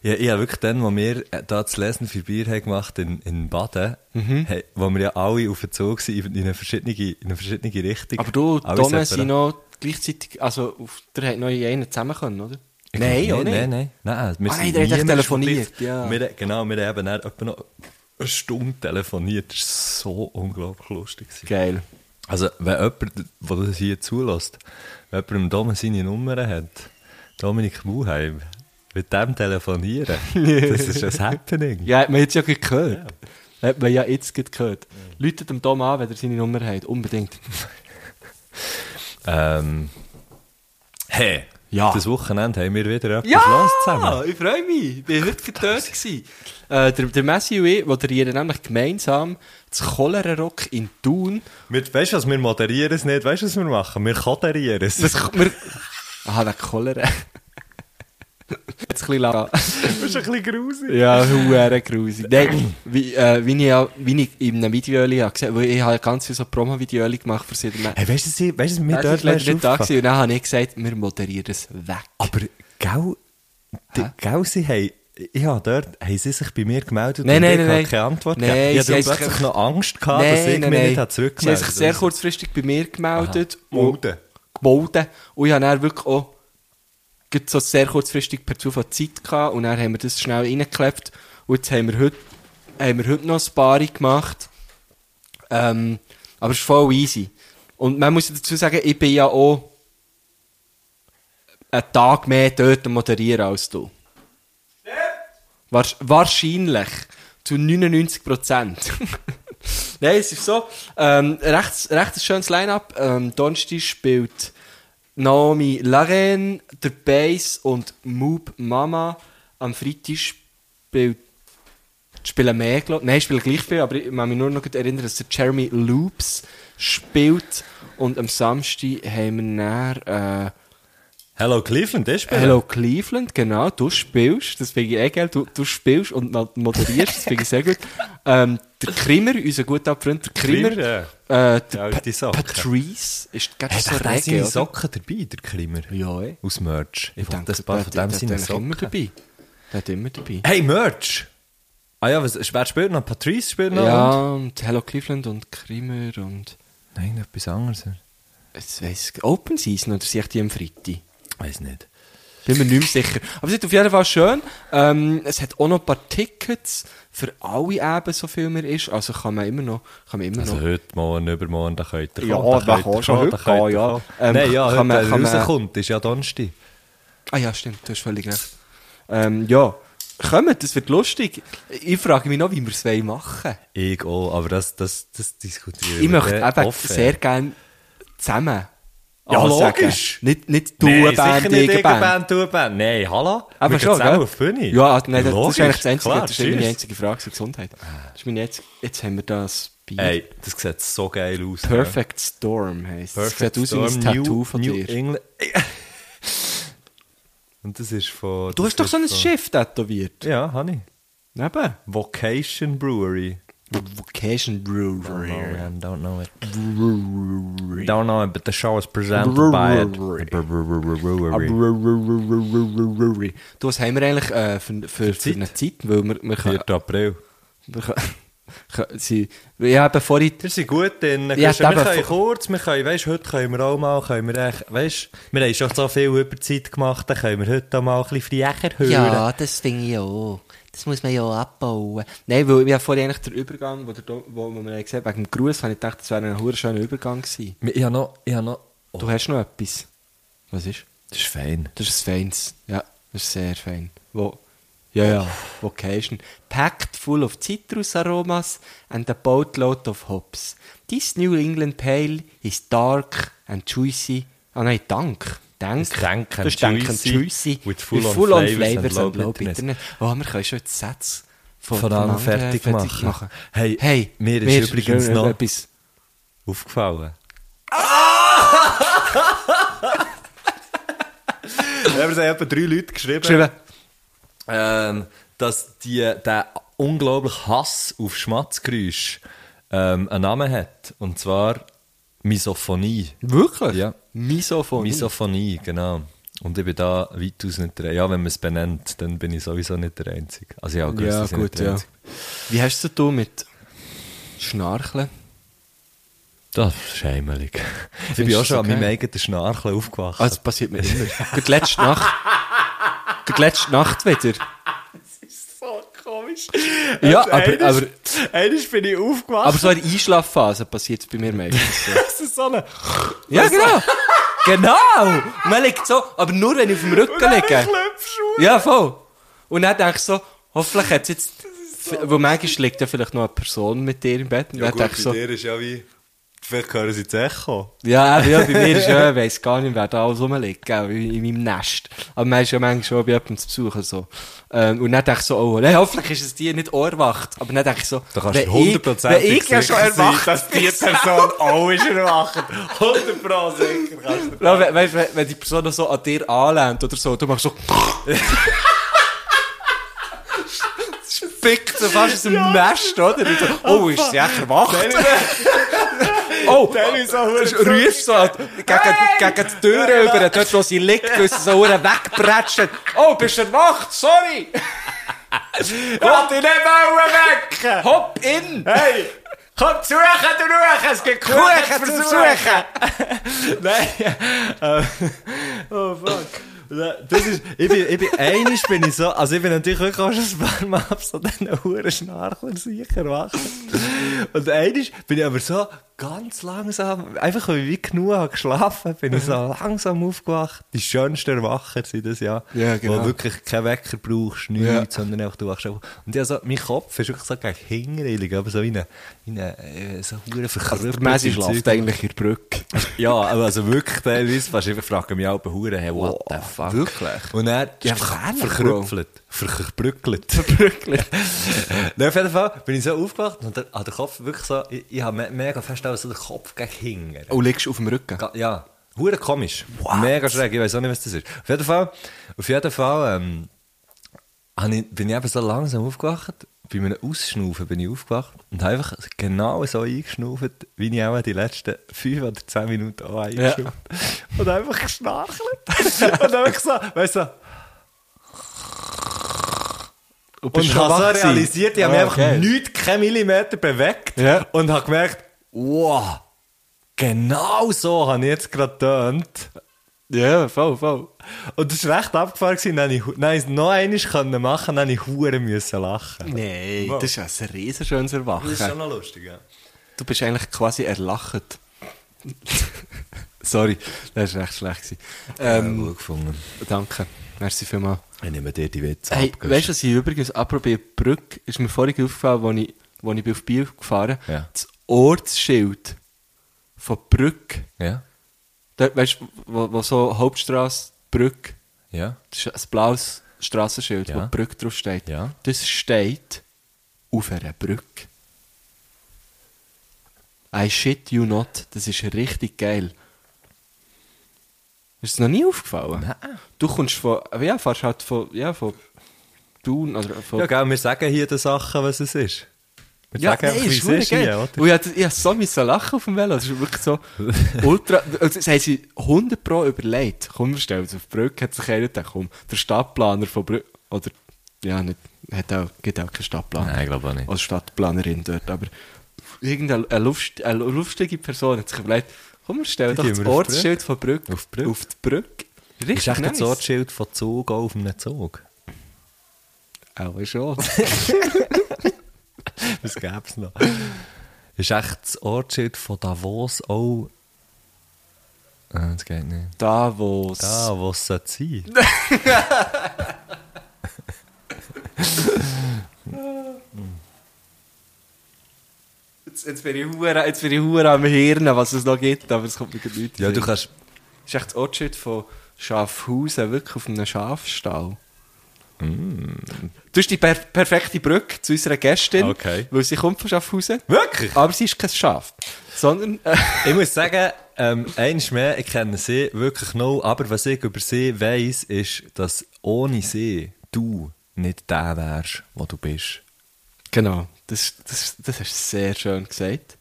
F: Ja, ich habe wirklich dann, wo wir äh, da das Lesen für Bier haben gemacht in, in Baden,
E: Mhm.
F: hey, wo wir ja alle auf den Zug sind, in in eine verschiedene, in eine verschiedene Richtung.
E: Aber du,
F: Alle
E: Dome,
F: separat.
E: sind noch gleichzeitig, also, auf, der hat noch in einen zusammen können, oder?
F: Ich glaub, Nein, nein, nein. Wir
E: Ah,
F: sind
E: nein, der hat echt
F: niemand
E: telefoniert,
F: verpflichtet.
E: ja.
F: Wir,
E: nou
F: genau, wir haben dann etwa noch eine Stunde telefoniert. Das war so unglaublich lustig. gewesen.
E: Geil.
F: Also, wenn jemand, der das hier zulässt, wenn jemand im Dome seine Nummer hat, Dominik Muheim, mit dem telefonieren, das ist ein dus Happening.
E: Ja, hat man jetzt ja gerade gehört. Hat man ja jetzt gerade gehört. Läutet dem Dom an, wenn er seine Nummer hat. Unbedingt.
F: Ähm, hey,
E: Ja.
F: das Wochenende haben wir wieder etwas
E: Ja,
F: los zusammen.
E: Ah, ich freue mich. Ich bin heute verdönt gewesen. Äh, der, der Messi und ich moderieren nämlich gemeinsam das Cholera-Rock in Thun.
F: Wir, weißt du was, wir moderieren es nicht, weißt du was wir machen? Wir koderieren es.
E: Das, wir, ah, der Cholera. Jetzt ein bisschen lang.
F: ist ein bisschen grusig.
E: Ja, hure grusig. Nein, wie, äh, wie, ich, ja- wie ich in einem Video habe gesehen habe, ich habe ganz viele so Promo-Video gemacht für sie.
F: Hey, weißt du, sie- weißt du, mir
E: Wir
F: dort
E: dürfen nicht da
F: aufgefallen.
E: gewesen. Und dann habe ich gesagt, wir moderieren es weg.
F: Aber, gell, die, gell, sie haben, ja, dort haben sie sich bei mir gemeldet
E: Nein,
F: und
E: nein,
F: ich
E: nein,
F: habe
E: nein.
F: keine Antwort
E: Nein,
F: gegeben. Ich
E: sie
F: hatte
E: haben sich
F: plötzlich
E: einfach-
F: noch Angst dus gehabt, dass ich mich nicht habe
E: Sie haben
F: zurückgemeldet
E: sich sehr
F: Also,
E: kurzfristig bei mir gemeldet.
F: Gemolden.
E: und- Gemolden. Und ich habe dann wirklich auch gerade so sehr kurzfristig per Zufall Zeit gehabt. Und dann haben wir das schnell reingeklebt. Und jetzt haben wir heute, haben wir heute noch ein Paarung gemacht. Ähm, aber es ist voll easy. Und man muss dazu sagen, ich bin ja auch einen Tag mehr dort am moderieren als du. Wahrsch- Wahrscheinlich. Zu 99 Prozent. Nein, es ist so. Ähm, recht, recht ein schönes Line-Up. Ähm, Donnerstag spielt Naomi Laren, der Bass und Moob Mama. Am Freitag spielt spielen mehr, glaube ich. Nein, spielen gleich viel, aber ich kann mich nur noch gut erinnern, dass der Jeremy Loops spielt. Und am Samstag haben wir dann, äh,
F: Hello Cleveland, das ist
E: Hello Cleveland, genau, du spielst, das finde ich eh geil, du, du spielst und mo- moderierst, das finde ich sehr gut. Ähm, der Krimmer, unser guter Freund, der Krimmer,
F: Krimmer, ja.
E: äh, der
F: alte
E: Pat-
F: Socke.
E: Patrice, ist gerade
F: Hat
E: so
F: er denn seine
E: rege, oder?
F: Socken dabei, der Klimmer?
E: Ja, eh.
F: Aus Merch. Ich
E: denke,
F: wollte das paar von
E: der-
F: dem
E: der
F: seine
E: hat eigentlich immer
F: Socken.
E: dabei. Der hat immer dabei.
F: Hey, Merch! Ah ja, was, wer spielt noch? Patrice spielt noch?
E: Ja,
F: und-
E: und Hello Cleveland und Krimmer und,
F: Nein, etwas anderes.
E: jetzt weiss ich, Open Season oder sehe ich die am Freitag?
F: Weiß nicht.
E: Bin mir nicht mehr sicher. Aber es ist auf jeden Fall schön. Ähm, es hat auch noch ein paar Tickets für alle eben, so viel mehr ist. Also kann man immer noch, kann man immer
F: Also
E: noch.
F: heute, morgen, übermorgen, da könnt ihr
E: Ja,
F: kommen,
E: da
F: könnt ihr
E: kannst du
F: kommen,
E: schon
F: da
E: heute
F: könnt ihr
E: gehen, ja.
F: kommen.
E: Ähm,
F: Nein, ja,
E: kann
F: heute,
E: man-
F: wenn er
E: kann man-
F: rauskommt, ist ja Donnerstag.
E: Ah ja, stimmt, du hast völlig recht. Ähm, ja, kommt, das wird lustig. Ich frage mich noch, wie wir es wollen machen
F: Ich auch, aber das, das, das diskutieren
E: Ich möchte
F: dann
E: eben
F: offen.
E: sehr gerne zusammen.
F: Ja,
E: ansagen.
F: logisch.
E: Nicht, nicht du
F: Nein,
E: eine Band,
F: sicher nicht
E: ich eine Band.
F: Band, du eine Band. Nein, hallo?
E: Aber
F: Wir gehen
E: schon,
F: zusammen
E: gell?
F: auf die Bühne.
E: Ja, also, nein, das, das
F: Logisch,
E: ist eigentlich das Einzige.
F: klar,
E: das ist meine
F: tschüss. Ah.
E: einzige Frage zur Gesundheit. Das ist meine einzige, jetzt haben wir das Bier.
F: Ey, das sieht so geil aus. gell?
E: Perfect Storm heisst es.
F: Perfect
E: Perfect sieht aus wie ein
F: Storm, New-
E: Tattoo von
F: New
E: dir.
F: England. Und das ist von...
E: Du
F: das
E: hast doch
F: ist
E: so ein
F: von-
E: Schiff tätowiert.
F: Ja, habe ich.
E: Neben.
F: Vocation Brewery. Oh,
E: Ah, Vocation Brewery.
F: don't know it. don't know, but the nou, show is presented by it.
E: Brewery.
F: Brewery.
E: Brewery. Du, was haben wir eigentlich äh, für, für, für eine Zeit? Weil wir, wir können...
F: 4. April.
E: Wir können, können sie, ja, eben vorhin...
F: Wir sind gut drin.
E: Ja,
F: Ja, wir
E: eben
F: können
E: vor-
F: kurz, wir können, weißt, heute können wir auch mal, können wir echt, weißt, wir haben schon so viel Überzeit gemacht, dann können wir heute auch mal ein bisschen frecher hören.
E: Ja, das finde ich auch. Das muss man ja auch abbauen. Nein, weil ich habe vorhin eigentlich den Übergang, wo, der, Do- wo wir haben gesehen wegen dem Gruß, habe ich gedacht, das wäre ein verdammt schöner Übergang gewesen.
F: Ich habe noch, ich habe noch, oh,
E: Du hast noch etwas. Was ist?
F: das ist fein.
E: Das ist ein feines. Ja, das ist sehr fein. Wo, ja, ja, Vocation. Packed full of citrus aromas and a boatload of hops. This New England Pale is dark and juicy. Ah nein, dank. Dank.
F: Ist dank and
E: Das ist dank and
F: juicy
E: juicy.
F: with full on flavors and low bitterness.
E: Oh, wir können schon die Sätze von,
F: Von
E: vom
F: allem
E: anderen
F: fertig machen. Hey,
E: hey,
F: mir ist übrigens
E: schön
F: noch-
E: Etwas.
F: Aufgefallen. Ja, aber es haben etwa drei Leute geschrieben,
E: Geschrieben.
F: Ähm, dass die, der unglaubliche Hass auf Schmatzgeräusch ähm, einen Namen hat. Und zwar Misophonie.
E: Wirklich?
F: Ja.
E: Misophonie.
F: Misophonie, genau. Und ich bin da weitaus nicht der Ja, wenn man es benennt, dann bin ich sowieso nicht der Einzige. Also ja, gewusst,
E: Ja,
F: dass ich
E: gut,
F: nicht der
E: ja.
F: Einzige
E: Wie hast du es zu tun mit Schnarchen?
F: Das ist schämelig. ich bin
E: Findest
F: auch
E: du
F: schon
E: es
F: an meinem
E: okay?
F: eigenen Schnarchen aufgewachsen.
E: Ah, das passiert mir immer. Gerade letzte Nacht. Gerade letzte Nacht wieder.
F: so komisch. Also
E: Ja, aber- aber-
F: Eines bin ich aufgewacht.
E: Aber so in der Einschlafphase passiert es bei mir meistens. so.
F: das ist so eine...
E: ja, genau. Genau. Man liegt so, aber nur wenn ich auf dem Rücken liege. Ja, voll. Und dann denke ich so, hoffentlich hat es jetzt... Weil manchmal liegt ja vielleicht noch eine Person mit dir im Bett. Und dann denke ich so,
F: ist ja wie... Vielleicht hören sie das Echo.
E: Ja, eben, ja, bei mir ist ja, ich weiss gar nicht, wer da alles rumliegt, gell, in in meinem Nest. Aber man ist ja manchmal schon bei jemandem zu besuchen, so. Ähm, und dann denke ich so, oh, nein, hoffentlich ist es die nicht erwacht. Aber dann denke ich so,
F: Da kannst
E: wenn
F: du
E: ich- wenn
F: hundertprozentig
E: ich ja schon erwacht
F: dass die Person auch ist erwacht. Hundertprozentig sicher kannst du...
E: Ja, we- weisst, wenn, wenn die Person noch so an dir anlehnt oder so, du machst so... Spickt so fast aus dem Nest, oder? Und so, oh, ist sie echt erwacht? oh, rufst so an- gegen, gegen die Tür über, dort, wo sie liegt, weil sie so hure wegprätscht. Oh, bist du erwacht? Sorry! Gott, ich nehme auch weg! Hopp in!
F: Hey! Komm, suchen, du Ruhe! Es gibt
E: Kuchen zu suchen!
F: Nein. Äh, oh fuck. Das ist, ich bin, ich bin, einisch bin ich so, also ich bin natürlich wirklich auch schon ein paar Mal ab so diesen huren Schnarchler sicher wach. Und einisch bin ich aber so ganz langsam, einfach weil ich wie genug habe geschlafen, bin ich so langsam aufgewacht. Die schönsten Erwacher sind das ja.
E: Ja, genau.
F: Wo wirklich keinen Wecker brauchst, nichts,
E: Ja.
F: sondern einfach du wachst auf. Und ja, so, mein Kopf ist wirklich so gegen Hingerelig, aber so wie eine, wie eine, äh, so hure
E: Also,
F: verkrüppelte
E: der Messi schläft
F: Zeug.
E: eigentlich in der Brücke.
F: Ja, aber also wirklich teilweise fast einfach fragen mich auch bei Huren, hey, what the fuck.
E: wirklich?
F: Und er
E: Ja, gefährlich,
F: verkrüppelt. Verkrüppelt.
E: Brücke.
F: Nein, auf jeden Fall bin ich so aufgewacht und dann hat der Kopf wirklich so, ich, ich habe me mega fest auch so den Kopf gegen hinten.
E: Oh, liegst du auf dem Rücken?
F: Ga- Ja, hure komisch. Mega schräg, ich weiß auch nicht, was das ist. Auf jeden Fall, auf jeden Fall ähm, hab ich, bin ich eben so langsam aufgewacht. Bei einem Ausschnaufen bin ich aufgewacht und habe einfach genau so eingeschnauft, wie ich auch die letzten 5 oder 10 Minuten auch eingeschnauft Und einfach geschnarchelt. und einfach so, weißt du, so, und
E: schon wach
F: habe so
E: gewesen?
F: realisiert, ich habe mich
E: Ah,
F: einfach
E: okay.
F: nichts, keinen Millimeter bewegt
E: Ja.
F: und habe gemerkt, wow, genau so habe ich jetzt gerade getönt.
E: Ja, voll, voll.
F: Und das war recht abgefahren, gewesen. dann konnte ich, dann ich es noch einmal machen, dann musste ich hure müssen lachen.
E: Nein,
F: Wow.
E: das ist ein riesenschönes
F: Das
E: Erwachen.
F: ist schon noch lustig, ja.
E: Du bist eigentlich quasi erlacht. Sorry, das war recht schlecht. gewesen. Ähm,
F: gut gefunden.
E: danke, merci vielmals.
F: Ich nehme dir die Witze
E: Hey,
F: ab.
E: weißt du, was ich übrigens apropos Brücke, ist mir vorhin aufgefallen, als ich, als ich bin auf Biel gefahren bin,
F: Ja.
E: das Ortsschild von Brücke,
F: Ja,
E: dort, weißt du, wo, wo so Hauptstraße, Brücke,
F: ja.
E: das ist ein blaues Straßenschild,
F: Ja.
E: wo Brücke drauf steht,
F: Ja.
E: das steht auf einer Brücke. I shit you not, das ist richtig geil. Ist es noch nie aufgefallen?
F: Nein.
E: Du kommst von, ja, fährst halt von, ja, von Thun, also von
F: Ja, gell, wir sagen hier die Sachen, was es ist. Wir
E: Ja,
F: sagen
E: nein,
F: einfach, wie
E: ist
F: es
E: wirklich
F: ist
E: geil.
F: hier, oder?
E: Und ich, hatte- ich hab so müssen lachen auf dem Velo. Das ist wirklich so ultra... Also, das haben sie 100 pro überlegt. Komm, wir stellen uns auf die Brücke. Hat sich einer gedacht, komm, der Stadtplaner von Brücke... Oder, ja, nicht, hat auch, gibt auch keinen Stadtplaner.
F: Nein, ich glaub auch nicht.
E: Als Stadtplanerin dort, aber irgendeine eine lust, eine lustige Person hat sich überlegt, komm, wir stellen
F: Die
E: doch
F: tun
E: das
F: wir auf die
E: Ortsschild von Brücke
F: Auf die Brücke.
E: Auf die Brücke. Richtig
F: Ist echt
E: nice.
F: das Ortsschild von Zug auch auf einem Zug?
E: Auch schon.
F: Was gäbe es noch? Ist echt das Ortsschild von Davos auch... Ah, das geht nicht.
E: da, wo
F: Da, Ah, wo es sein soll.
E: Jetzt, jetzt bin ich hure, jetzt bin ich hure am Hirn, was es noch gibt, aber es kommt mir nicht.
F: Ja, du kannst...
E: Das ist echt das Ortsschild von Schaffhausen, wirklich auf einem Schafstall.
F: Mm.
E: Du hast die per perfekte Brücke zu unserer Gästin,
F: Okay.
E: weil sie kommt von Schaffhausen,
F: Wirklich?
E: aber sie ist kein Schaf, sondern äh,
F: Ich muss sagen, ähm, eins mehr, ich kenne sie wirklich noch, aber was ich über sie weiss, ist, dass ohne sie du nicht der wärst, wo du bist.
E: genau, das, das, das hast du sehr schön gesagt.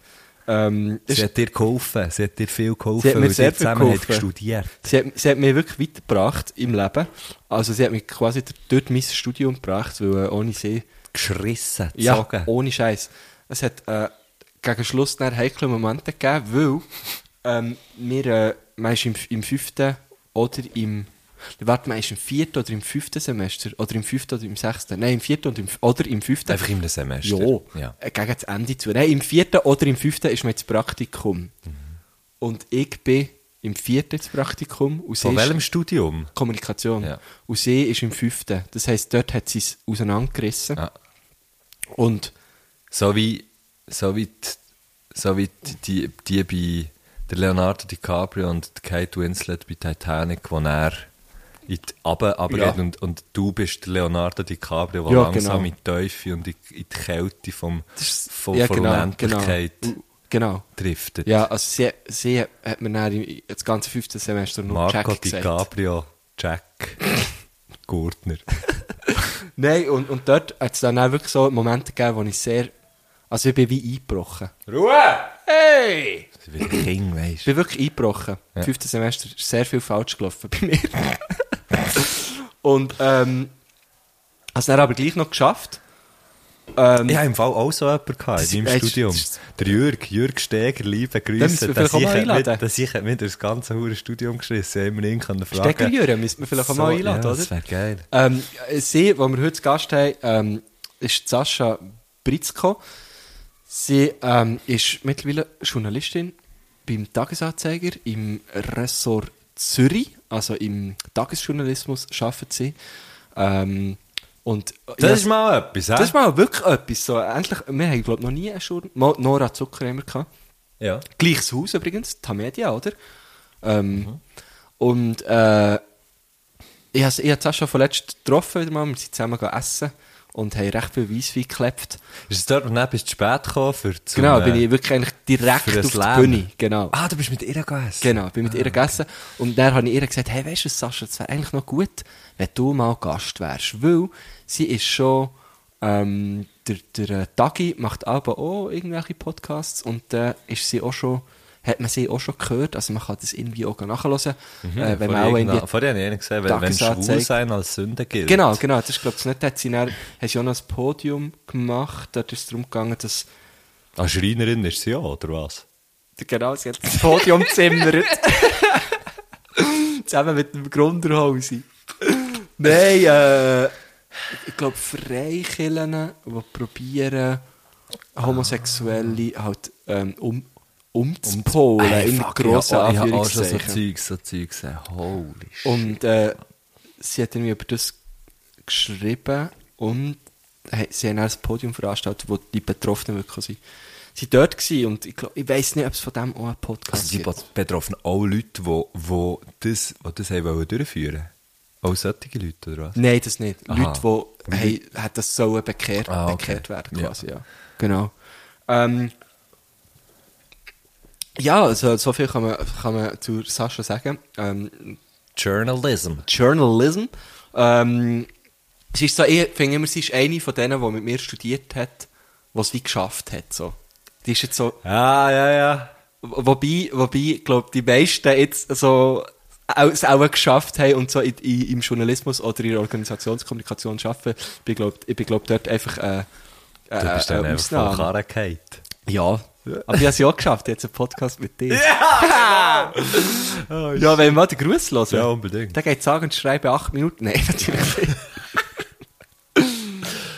E: Ähm,
F: Sie
E: ist-
F: hat dir geholfen, sie hat dir viel geholfen,
E: Sie hat mir
F: weil
E: sehr
F: ihr
E: viel
F: zusammen habt
E: geholfen.
F: studiert.
E: Sie hat, sie hat mich wirklich weitergebracht im Leben. Also sie hat mich quasi d- dort mein Studium gebracht, weil äh, ohne sie...
F: Geschrissen,
E: Ja, Oh.
F: gezogen.
E: ohne Scheiß. Es hat äh, gegen Schluss dann heikle Momente gegeben, weil ähm, wir, äh, man ist im, im fünften oder im... Warte, man ist im vierten oder im fünften Semester oder im fünften oder im sechsten. Nein, im vierten und im, oder im fünften.
F: Einfach im Semester.
E: Jo,
F: Ja.
E: äh, gegen das Ende zu. Nein, im vierten oder im fünften ist man ins Praktikum.
F: Mhm.
E: Und ich bin im vierten ins Praktikum. Und sie
F: Von
E: ist-
F: welchem Studium?
E: Kommunikation.
F: Ja.
E: Und sie ist im fünften. Das heisst, dort hat sie es auseinandergerissen.
F: Ja.
E: Und
F: So wie, so wie, die, so wie die, die, die bei der Leonardo DiCaprio und die Kate Winslet bei Titanic, wo er in die Abe runtergeht
E: Ja.
F: und, und du bist der Leonardo DiCaprio, der
E: Ja,
F: langsam
E: genau.
F: in die Teufel und in, in die Kälte vom, vom,
E: ja,
F: von
E: genau, genau.
F: Unendlichkeit
E: Und- genau.
F: driftet.
E: Ja, also sie, sie hat mir dann im- das ganze fünfte Semester nur
F: Marco
E: Jack gesagt.
F: DiCaprio, Jack Gurtner.
E: Nein, und, und dort hat es dann auch wirklich so Momente gegeben, wo ich sehr... Also ich bin wie eingebrochen.
F: Das ist wie ein King,
E: Ich
F: weißt du.
E: bin wirklich eingebrochen. Im fünften Semester ist sehr viel falsch gelaufen bei mir. und ähm... Habe es dann aber gleich noch geschafft. Ähm,
F: Ich habe im Fall auch so jemanden gehabt,
E: Das-
F: in meinem
E: weißt du,
F: Studium.
E: das ist-
F: Der Jürg, Jürg Steger, liebe
E: müssen
F: Grüße.
E: wir vielleicht auch mal
F: hat mit,
E: einladen.
F: das ich hat mit das ganze hure Studium geschissen. Haben wir ihn können fragen.
E: Stegerjüren müssten wir vielleicht auch mal einladen,
F: ja,
E: oder?
F: Das wäre geil.
E: Ähm, sie, die wir heute zu Gast haben, ähm, ist Sascha Britzko. Sie ähm, ist mittlerweile Journalistin beim Tagesanzeiger im Ressort Zürich, also im Tagesjournalismus arbeitet sie. Ähm, und
F: Das ist mal etwas, hä?
E: das ist mal wirklich etwas. So, endlich, wir haben, glaube ich, noch nie einen Journalist. Nora Zucker haben wir gehabt.
F: ja.
E: Gleiches Haus übrigens, Tamedia, oder? Ähm,
F: Mhm.
E: Und äh, ich habe ich hab Sascha vorletzt getroffen, wieder mal. wir sind zusammen gegangen essen und haben recht viel Weisswein geklebt.
F: Ist es dort, wo du dann bist du zu spät gekommen für zum,
E: genau,
F: äh,
E: bin ich wirklich eigentlich direkt
F: für ein
E: auf die
F: Slam.
E: Bühne. Genau.
F: Ah, du bist mit ihr gegessen?
E: Genau, bin mit ihr gegessen und dann habe ich ihr gesagt, hey, weißt du, was, Sascha, es wäre eigentlich noch gut, wenn du mal Gast wärst, weil sie ist schon, ähm, der, der äh, Dagi macht aber auch irgendwelche Podcasts und äh, ist sie auch schon, hat man sie auch schon gehört, also man kann das irgendwie auch nachhören, äh, wenn man auch
F: Vorher,
E: irgendwie...
F: genau, vorher habe ich einen gesehen, wenn, wenn schwul
E: Tagesanzeige-
F: sein als Sünde gilt.
E: Genau, genau, das ist, glaube ich, nicht, hat sie dann, hat sie auch noch ein Podium gemacht, dort ist es darum gegangen, dass,
F: Ah, Schreinerin ist sie ja, oder was?
E: genau, sie hat das Podium zimmert. Zusammen mit dem Grunderhausi. Nein, äh, ich glaube, Freikillen, die probieren, Homosexuelle halt ähm, um, umzupolen,
F: Ey,
E: in
F: fuck, oh,
E: grossen
F: ich habe auch schon so
E: Anführungszeichen.
F: Zeug, so Zeug gesehen. Holy shit.
E: Und äh, sie hat irgendwie über das geschrieben und he- sie haben auch ein Podium veranstaltet, wo die Betroffenen wirklich sind. Sie waren dort gewesen und ich, glaub- ich weiß nicht, ob es von dem auch einen Podcast
F: Also die
E: gibt.
F: betroffen auch Leute, die wo dus- das, wo das haben wollen durchführen Auch solche Leute, oder was?
E: Nein, das nicht.
F: Aha.
E: Leute, die hey, hat das sollen bekehrt,
F: Ah, okay.
E: bekehrt werden
F: Ja.
E: quasi, ja. Genau. Ähm, ja, also so viel kann man, kann man zu Sascha sagen. Ähm,
F: Journalism.
E: Journalism. Ähm, sie ist so, ich finde immer, sie ist eine von denen, die mit mir studiert hat, die was wie geschafft hat. So. Die ist jetzt so.
F: Ja, Ah, ja, ja.
E: Wo- Wobei, wobei, glaub, die meisten jetzt so au- es auch geschafft haben und so in, in, im Journalismus oder in der Organisationskommunikation arbeiten. Ich bin, glaub, ich bin, glaub, dort einfach äh, äh,
F: Du bist dann
E: eine
F: einfach voll
E: Ausnahme.
F: Karren gefallen.
E: Ja. Aber ich habe es ja auch geschafft, jetzt einen Podcast mit dir. Ja! ja, wenn wir mal den Gruß hören.
F: genau. Oh, Ja, unbedingt.
E: Dann geht sagen und schreiben acht Minuten. Nein, natürlich nicht.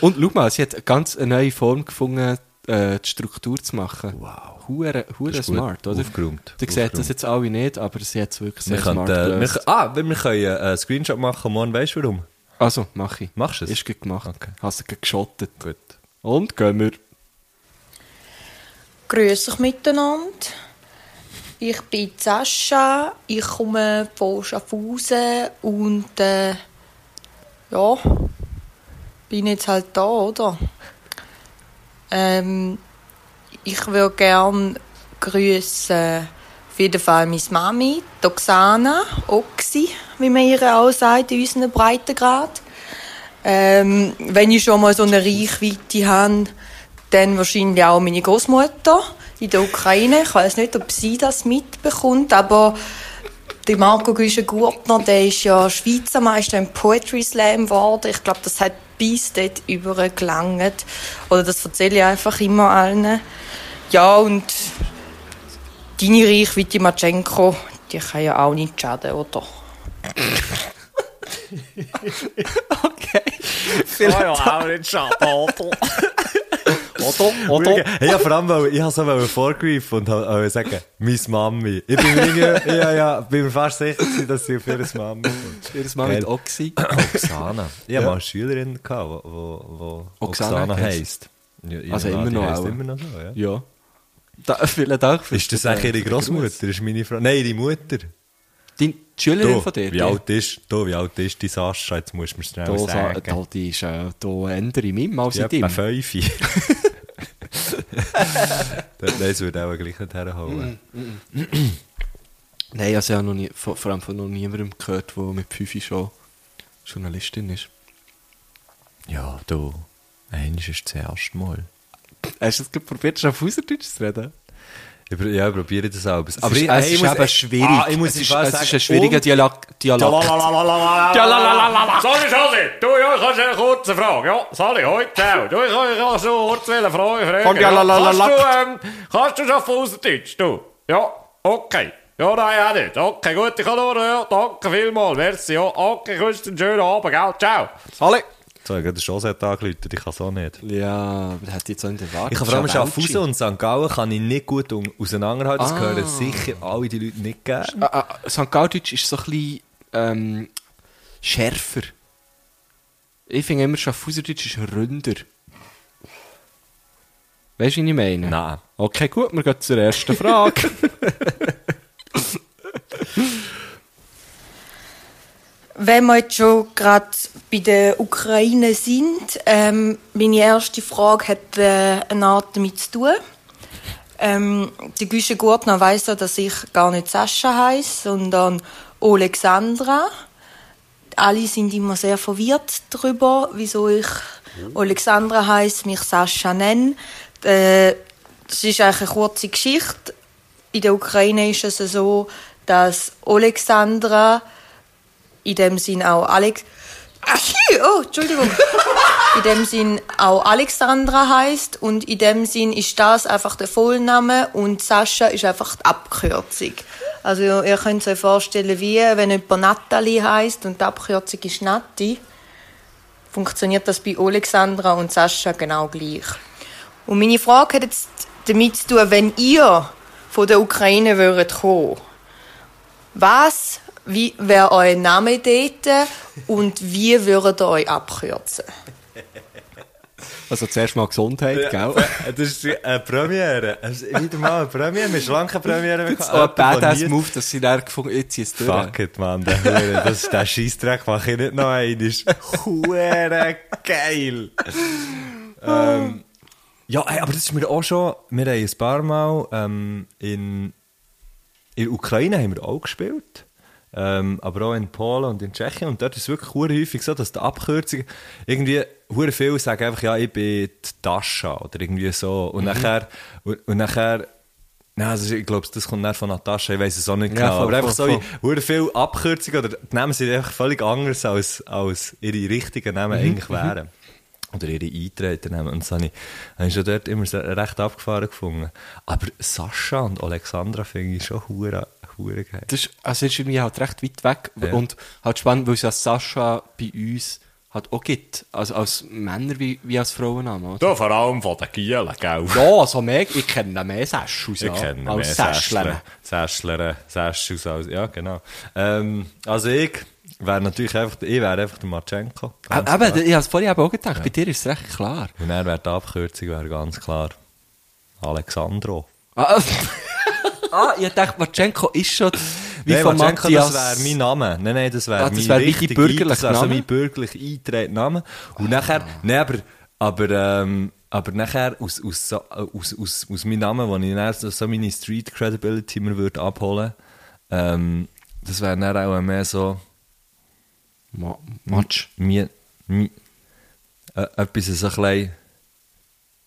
E: und schau mal, sie hat eine ganz neue Form gefunden, äh, die Struktur zu machen. Wow. Hure,
F: Das
E: hure
F: ist gut.
E: smart, oder?
F: Aufgeräumt.
E: Du siehst das jetzt alle nicht, aber sie hat es wirklich sehr
F: Wir können,
E: smart
F: äh, wir,
E: gelöst.
F: ah, wir wir können äh, einen Screenshot machen, morgen weißt du warum?
E: Also, mach ich.
F: Machst du es?
E: Ist gut gemacht.
F: Okay.
E: Hast du gut geschottet.
F: Gut.
E: Und gehen wir.
G: Grüß euch miteinander. Ich bin Sascha, ich komme von Schaffhausen und äh, ja, bin jetzt halt da, oder? Ähm, ich würde gerne grüßen auf jeden Fall meine Mami, die Oksana, Oxi, wie man ihr auch sagt in unserem Breitengrad. Ähm, wenn ich schon mal so eine Reichweite habe, dann wahrscheinlich auch meine Großmutter in der Ukraine. Ich weiß nicht, ob sie das mitbekommt, aber der Marco Güsche Gurtner, der ist ja Schweizer Meister im Poetry Slam geworden. Ich glaube, das hat bis dort übergelangt. Oder das erzähle ich einfach immer allen. Ja, und deine Reichweite Matschenko, die kann ja auch nicht schaden, oder?
F: Ja, vor allem, weil ich habe so wollte vorgreifen und habe- wollte sagen, meine Mami. Ich bin mir, irgendwie- ja, ja, bin mir fast sicher, gewesen, dass sie auf ihre Mami kommt.
E: Jedes Mal
F: Geil.
E: mit Oxy.
F: Oksana. Ich hatte mal eine Schülerin, die wo, wo
E: Oksana
F: Oksana
E: heisst.
F: heisst. Ja, ja,
E: Also
F: ja,
E: immer
F: die
E: noch
F: heisst
E: auch.
F: immer noch so, ja.
E: ja. Da, vielen Dank für
F: Ist das eigentlich ihre Großmutter? Ist meine Frau? Nein, ihre Mutter.
E: Die Schülerin
F: Du,
E: von dir?
F: wie
E: die-
F: alt ist, du, wie alt ist die Sascha? Jetzt musst du mir schnell
E: Da, sa-
F: sagen.
E: da, die ist, äh, da ändere ich mich mal
F: Ja,
E: seit
F: etwa
E: ihm.
F: Fünfi. Nein, das würde auch gleich nicht
E: Hm.
F: herholen.
E: Nein, also ich habe noch nie, vor, vor allem von noch niemandem gehört, der mit 5 schon Journalistin ist.
F: Ja, du. Eins ist das erste Mal.
E: Hast du es gerade probiert, schon auf Hauserdeutsch zu reden?
F: Ich, pr- ja, ich probiere das auch. Aber es
E: es ist, es ist eben schwierig.
F: Ah, ich muss
E: es
F: im
E: ist,
F: Fall
E: es
F: sagen,
E: ist ein schwieriger
F: und-
E: Dialekt. Dialekt.
H: Sali, Sali, du, ja, ich habe eine kurze Frage. Ja, Sali, heute auch. Du, ich habe eine kurze Frage. fragen.
E: Komm, ja, la, la, la,
H: kannst, du,
E: la.
H: ähm, kannst du schon von Ausserdeutsch, du? Ja, okay. Ja, nein, auch nicht. Okay, gut, ich kann nur, ja, danke vielmals, merci, ja. Okay, ich wünsche dir einen schönen Abend, gell, ciao.
E: Alle!
F: So, ich habe schon seit angeläutet, ich kann es auch nicht.
E: Ja, aber hätte ich jetzt auch nicht Ah. erwartet.
F: Ich kann vor allem Schaffhausen
E: Schaffhausen.
F: und St. Gallen kann ich nicht gut un- auseinanderhalten. Das hören sicher alle die Leute nicht gerne.
E: Ah, ah, St. Galldeutsch ist so ein bisschen ähm, schärfer. Ich finde immer, Schaffhauserdeutsch ist ründer. Weißt du, was ich meine?
F: Nein.
E: Okay, gut, wir gehen zur ersten Frage.
G: Wenn wir jetzt schon gerade bei der Ukraine sind, ähm, meine erste Frage hat äh, eine Art damit zu tun. Ähm, der Güsche Gurtner weiss ja, dass ich gar nicht Sascha heiße, sondern Alexandra. Alle sind immer sehr verwirrt darüber, wieso ich Alexandra heiße, mich Sascha nenne. Äh, das ist eigentlich eine kurze Geschichte. In der Ukraine ist es so, dass Alexandra in dem Sinn auch Alex. Ach, oh, Entschuldigung. In dem Sinn auch Alexandra heißt und in dem Sinn ist das einfach der Vollname und Sascha ist einfach die Abkürzung. Also ihr könnt euch vorstellen, wie wenn jemand Natalie heißt und die Abkürzung ist Nati, funktioniert das bei Alexandra und Sascha genau gleich. Und meine Frage hat jetzt damit zu tun, wenn ihr von der Ukraine würdet kommen, was wie wäre euer Name dort und wie würdet ihr euch abkürzen?
E: Also zuerst mal Gesundheit, gell?
F: Das ist eine Premiere. Es ist Wieder mal eine Premiere. Wir schlanken Premiere.
E: Das ist auch ein
F: Jemand, der nie-
E: Badass-Move, dass sie dann gefunden haben, jetzt ist es durch.
F: Fuck it, Mann. Der Hure, das ist der Scheissdreck, mach ich nicht noch einen. Ist hure geil. ähm, ja, ey, aber das ist mir auch schon. Wir haben ehm, ein paar Mal ähm, in, in der Ukraine haben wir auch gespielt. ähm, aber auch in Polen und in Tschechien. Und dort ist es wirklich hure häufig so, dass die Abkürzungen irgendwie hure viel sagen einfach, ja, ich bin die Tascha oder irgendwie so. Und nachher, und, und nachher, Nein, also ich glaube, das kommt nicht von Natascha, ich weiß es auch nicht
E: Ja,
F: genau.
E: voll,
F: aber einfach
E: voll,
F: so
E: voll.
F: hure viel Abkürzungen oder die Namen sind einfach völlig anders, als, als ihre richtigen Namen
E: Mhm,
F: eigentlich wären. Oder ihre Eintreter nehmen. Und das habe ich, habe ich schon dort immer so recht abgefahren gefunden. Aber Sascha und Alexandra finde ich schon hure hure geil.
E: Das ist, also ist irgendwie halt recht weit weg
F: Ja.
E: und halt spannend, weil es ja Sascha bei uns halt auch gibt. Also als Männer wie, wie als Frauennamen. oder?
H: Du, vor allem von den Gielen, gell?
E: Ja, also mehr, ich kenne mehr Saschus ja,
F: Ich kenne mehr
E: als Saschler.
F: Säschler, Säschus, als, ja genau. Ähm, also ich wäre natürlich einfach, ich wäre einfach der Matschenko. Ganz
E: Aber
F: klar.
E: ich habe es vorhin Äh, eben auch gedacht, bei dir ist es recht klar.
F: Und er wäre die Abkürzung, wäre ganz klar Alexandro.
E: Ah, ah ich dachte, Matschenko ist schon wie
F: Nein,
E: von
F: Matschenko,
E: Matthias.
F: das wäre mein Name. Nein, nein, das wäre
E: Ah, das
F: mein
E: wäre wie dein
F: richtig eingetragen-
E: bürgerlicher
F: also
E: Name? Ah.
F: mein bürgerlich eingetretener Name. Und nachher, nein, aber, aber, ähm, aber nachher aus, aus, so- aus, aus, aus meinem Namen, wo ich dann so, so meine Street Credibility mir würde abholen ähm, das wäre dann auch mehr so
E: Ma Matsch.
F: mir, mir, äh, etwas so ein bisschen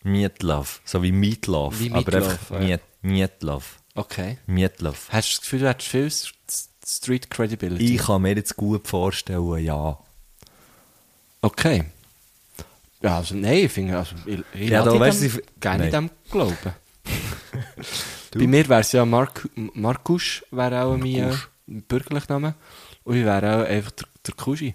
F: Meatloaf, so wie Meatloaf,
E: Wie
F: aber
E: Meatloaf,
F: einfach
E: ja.
F: Meat, Meatloaf,
E: Okay.
F: Meatloaf.
E: Hast du das Gefühl, du hättest viel S- S- Street Credibility?
F: Ich kann mir jetzt gut vorstellen, ja.
E: Okay. Ja, also nein, ich finde, also, ich, ich
F: Ja,
E: ja,
F: da
E: dem
F: weiss ich-
E: gerne
F: nein.
E: dem glauben. Bei mir wäre es ja Mark, Markus, wäre auch mein äh, bürgerlicher Name. Und ich wäre auch einfach der, der Kuschi.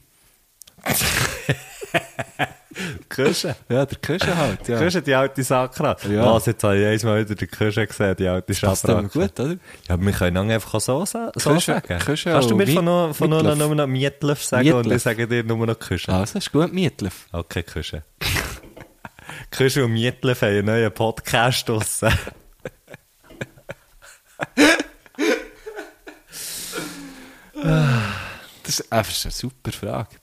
F: Küssen.
E: Ja, der Kuschi halt, ja.
F: Küssen, die alte Sakra.
E: Ja.
F: Was, jetzt habe ich einmal wieder den Küssen gesehen, die alte
E: Passt aber
F: Sakra.
E: gut, oder?
F: Ja, aber wir können lange einfach auch so, sa- so
E: Küssen-
F: sagen.
E: Küssen
F: Kannst du
E: und
F: mir von
E: Miet-
F: noch, von noch,
E: Mietlöff.
F: nur noch Mietlöff sagen und ich
E: Mietlöff.
F: sage dir nur noch Küssen?
E: Also, ist gut, Mietlöff.
F: Okay, Küssen. Küssen und Mietlöff haben einen neuen Podcast draussen.
E: Das ist einfach eine super Frage.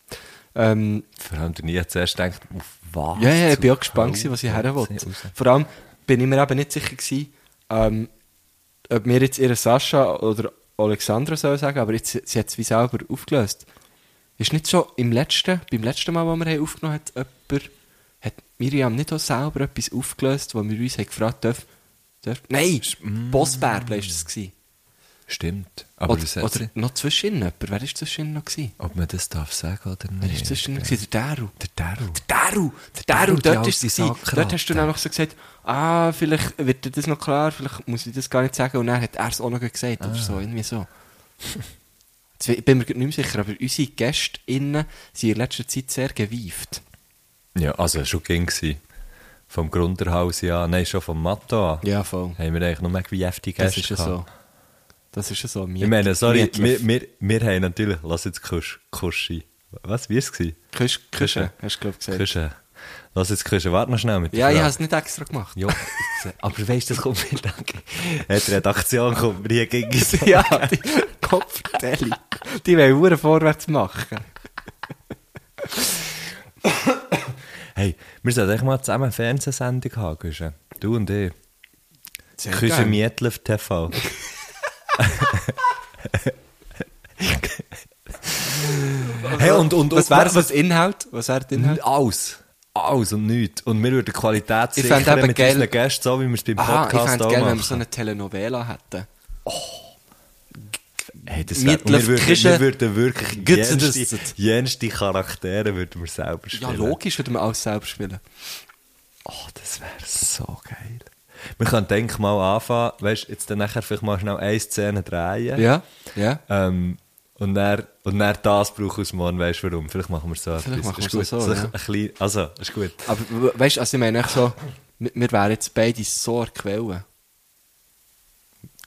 E: Ähm,
F: Vor allem, du nie zuerst gedacht, auf was?
E: ja, ja, ich
F: zur
E: bin auch gespannt, gewesen,
F: Hölle
E: was ich her wollte.
F: sie raus-
E: Vor allem bin ich mir eben nicht sicher, gewesen, ähm, ob mir jetzt ihre Sascha oder Alexandra soll sagen, aber jetzt, sie hat es wie selber aufgelöst. Ist nicht schon im letzten, beim letzten Mal, wo wir haben aufgenommen hat jemand, hat Miriam nicht auch selber etwas aufgelöst, wo wir uns haben gefragt haben, dürfen? Nein, Bossbärbler war das. Gewesen.
F: Stimmt. Aber
E: Oder,
F: das hat
E: oder
F: sie-
E: noch zwischen jemand. Wer war zwischen noch? Gewesen?
F: ob man das darf sagen oder
E: Wer war
F: nicht.
E: zwischen noch? gewesen? Der Daru.
F: Der Daru.
E: Daru, der
F: Daru,
E: Daru,
F: die
E: dort
F: alte
E: ist es. gewesen.
F: Sackrat,
E: Dort hast du
F: ja.
E: nämlich so gesagt, ah, vielleicht wird dir das noch klar, vielleicht muss ich das gar nicht sagen. Und dann hat er es auch noch gesagt
F: Ah.
E: oder so, irgendwie so. Jetzt we- bin ich mir grad nicht mehr sicher, aber unsere GästInnen sind in letzter Zeit sehr gewieft.
F: Ja, also schon ging gsi. Vom Grunderhaus ja, nein, schon vom Matto an.
E: Ja, voll.
F: Haben wir eigentlich nur mehr gewiefte Gäste
E: Das ist ja
F: gehabt.
E: so. Das ist ja so.
F: Ich meine, sorry, wir, wir, wir haben natürlich, lass jetzt Kusch, Kuschi. Was, wie ist es? Küsche.
E: Küsche, Küsche, hast du, glaube ich, gesagt.
F: Kuschen. Lass jetzt Kuschen, warte noch schnell mit der
E: Ja, ich
F: Frage.
E: habe es nicht extra gemacht.
F: Ja, jetzt, äh, aber weißt du, das kommt mir danke. Ja, Die Redaktion kommt mir hier gegen uns.
E: ja, die Kopfverteilung. Die wollen Uhren vorwärts machen.
F: Hey, wir sollten echt mal zusammen eine Fernsehsendung haben, Kuschen. Du und ich. Küssen Mietlev TV. hey, und, und,
E: Was wäre das Inhalt? Was wäre der Inhalt?
F: Alles. Alles und nichts. Und wir würden die Qualität
E: Ich fänd eben
F: mit
E: geil-
F: unseren Gästen, so wie wir es beim
E: Aha, ich
F: Podcast
E: fände es
F: auch
E: geil, wenn
F: machen.
E: wir so eine Telenovela hätten.
F: hey, das wär, und wir,
E: Mietlev
F: würden, wir
E: Küche-
F: würden wirklich
E: Gibt's das?
F: jenste, jenste Charaktere würden wir selber
E: Ja,
F: spielen.
E: logisch würden wir alles selber spielen.
F: Oh, das wäre so geil. Wir können, denke ich, mal anfangen. Weißt du, jetzt dann nachher vielleicht mal schnell eine Szene drehen.
E: Ja, ja.
F: Ähm, und dann, und dann das braucht aus morgen, weißt du warum? Vielleicht machen wir so
E: Vielleicht machen
F: Ist
E: wir
F: gut.
E: so, ja.
F: ein klein, also, ist gut.
E: Aber we- weißt du, also ich meine echt so, wir- wir wären jetzt beide so an der Quelle.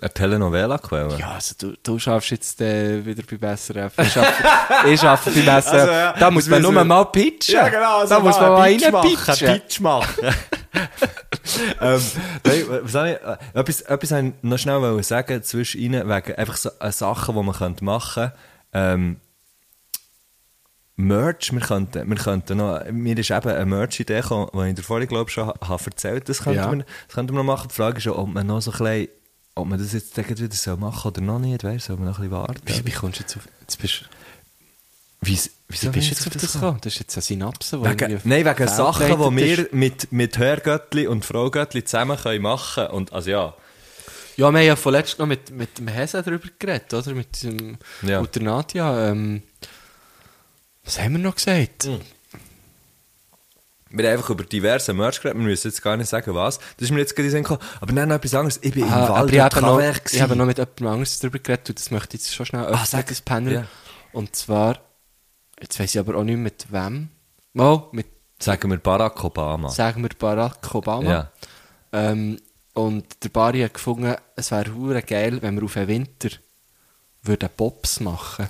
F: Eine Telenovela-Quelle.
E: Ja, also du, du schaffst jetzt äh, wieder bei SRF. Ich schaffe, ich schaffe bei SRF.
F: Also, ja,
E: da muss
F: das müssen
E: man nur
F: wir-
E: mal pitchen.
F: Ja, genau. Also
E: da muss man mal reinpitchen.
F: Pitch machen. ähm, nein, was habe ich, äh, etwas, etwas wollte ich noch schnell wollen sagen zwischen ihnen, wegen einfach so äh, Sachen, die man könnte machen könnte. Ähm, Merch, wir könnten, wir könnten noch, mir ist eben eine Merch-Idee gekommen, die ich dir vorhin, glaube ich, schon ha- habe erzählt, das könnten,
E: Ja.
F: wir, das könnten wir noch machen. Die Frage ist ja, ob man noch so ein bisschen ob man das jetzt gleich wieder so machen soll oder noch nicht, weißt du, soll man noch ein bisschen warten.
E: Wie, wie kommst du jetzt auf... Jetzt bist,
F: Wie's-
E: wie
F: wieso
E: bist du jetzt auf das gekommen? Das ist jetzt eine Synapse, die
F: Wegen,
E: irgendwie
F: nein, wegen
E: fehlgeleitet
F: Sachen, die
E: ist.
F: wir mit, mit Hörgöttli und Fraugöttli zusammen können machen können. Und also ja,
E: Ja, wir haben ja vorletzt noch mit, mit dem Hesen darüber geredet, oder? Mit dem
F: Ja.
E: Alternatia. Ähm, was haben wir noch gesagt?
F: Hm, wir haben einfach über diverse Merch geredet, wir müssen jetzt gar nicht sagen, was. Das ist mir jetzt gerade in den Sinn gekommen. Aber dann noch etwas anderes. Ich bin
E: Ah,
F: im Wald
E: aber ich habe, noch,
F: Kaveh gewesen. Ah,
E: ich habe noch mit jemandem anderes darüber geredet und das möchte ich jetzt schon schnell öffnen,
F: sag.
E: das Panel.
F: Ja.
E: Und zwar, jetzt weiß ich aber auch nicht mit wem. Mal, mit,
F: Sagen wir Barack Obama.
E: sagen wir, Barack Obama.
F: Ah. Ja.
E: Ähm, und der Barry hat gefunden, es wäre hure geil, wenn wir auf den Winter würden Pops machen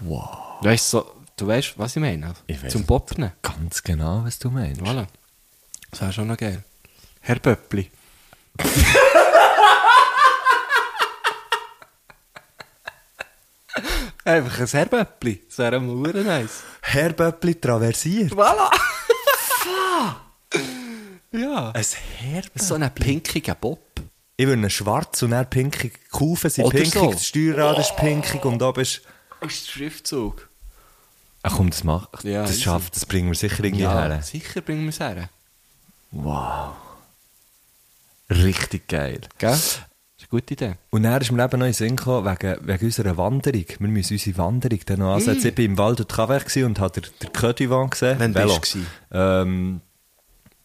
E: Wow. Weißt, so, du weißt, was ich meine?
F: Ich weiss
E: Zum
F: es.
E: Popfen.
F: Ganz genau, was du meinst.
E: Voilà. Das wäre schon noch geil. Herr Pöppli. Einfach ein Herr Pöppli. Das wäre mal hure nice.
F: Herr Böppli traversiert.
E: Voilà. ja.
F: Ein Herr
E: So einen pinkigen Bob.
F: Ich will einen schwarz und dann pinkig. Kufen sind
E: Oder
F: pinkig,
E: so.
F: das Steuerrad ist pinkig und oben ist...
E: Und Schriftzug.
F: Ach komm, das macht...
E: Ja,
F: das
E: easy.
F: schafft, das bringen wir sicher irgendwie her.
E: sicher bringen wir es her.
F: Richtig geil.
E: Gell? Das ist eine gute Idee.
F: Und dann ist mir eben noch in den Sinn gekommen, wegen, wegen unserer Wanderung. Wir müssen unsere Wanderung dann noch ansetzen. Ich war im Wald und Kaveh gewesen und habe den, den Ködivan gesehen.
E: Mm. Wann
F: Velo.
E: bist du gewesen?
F: Ähm,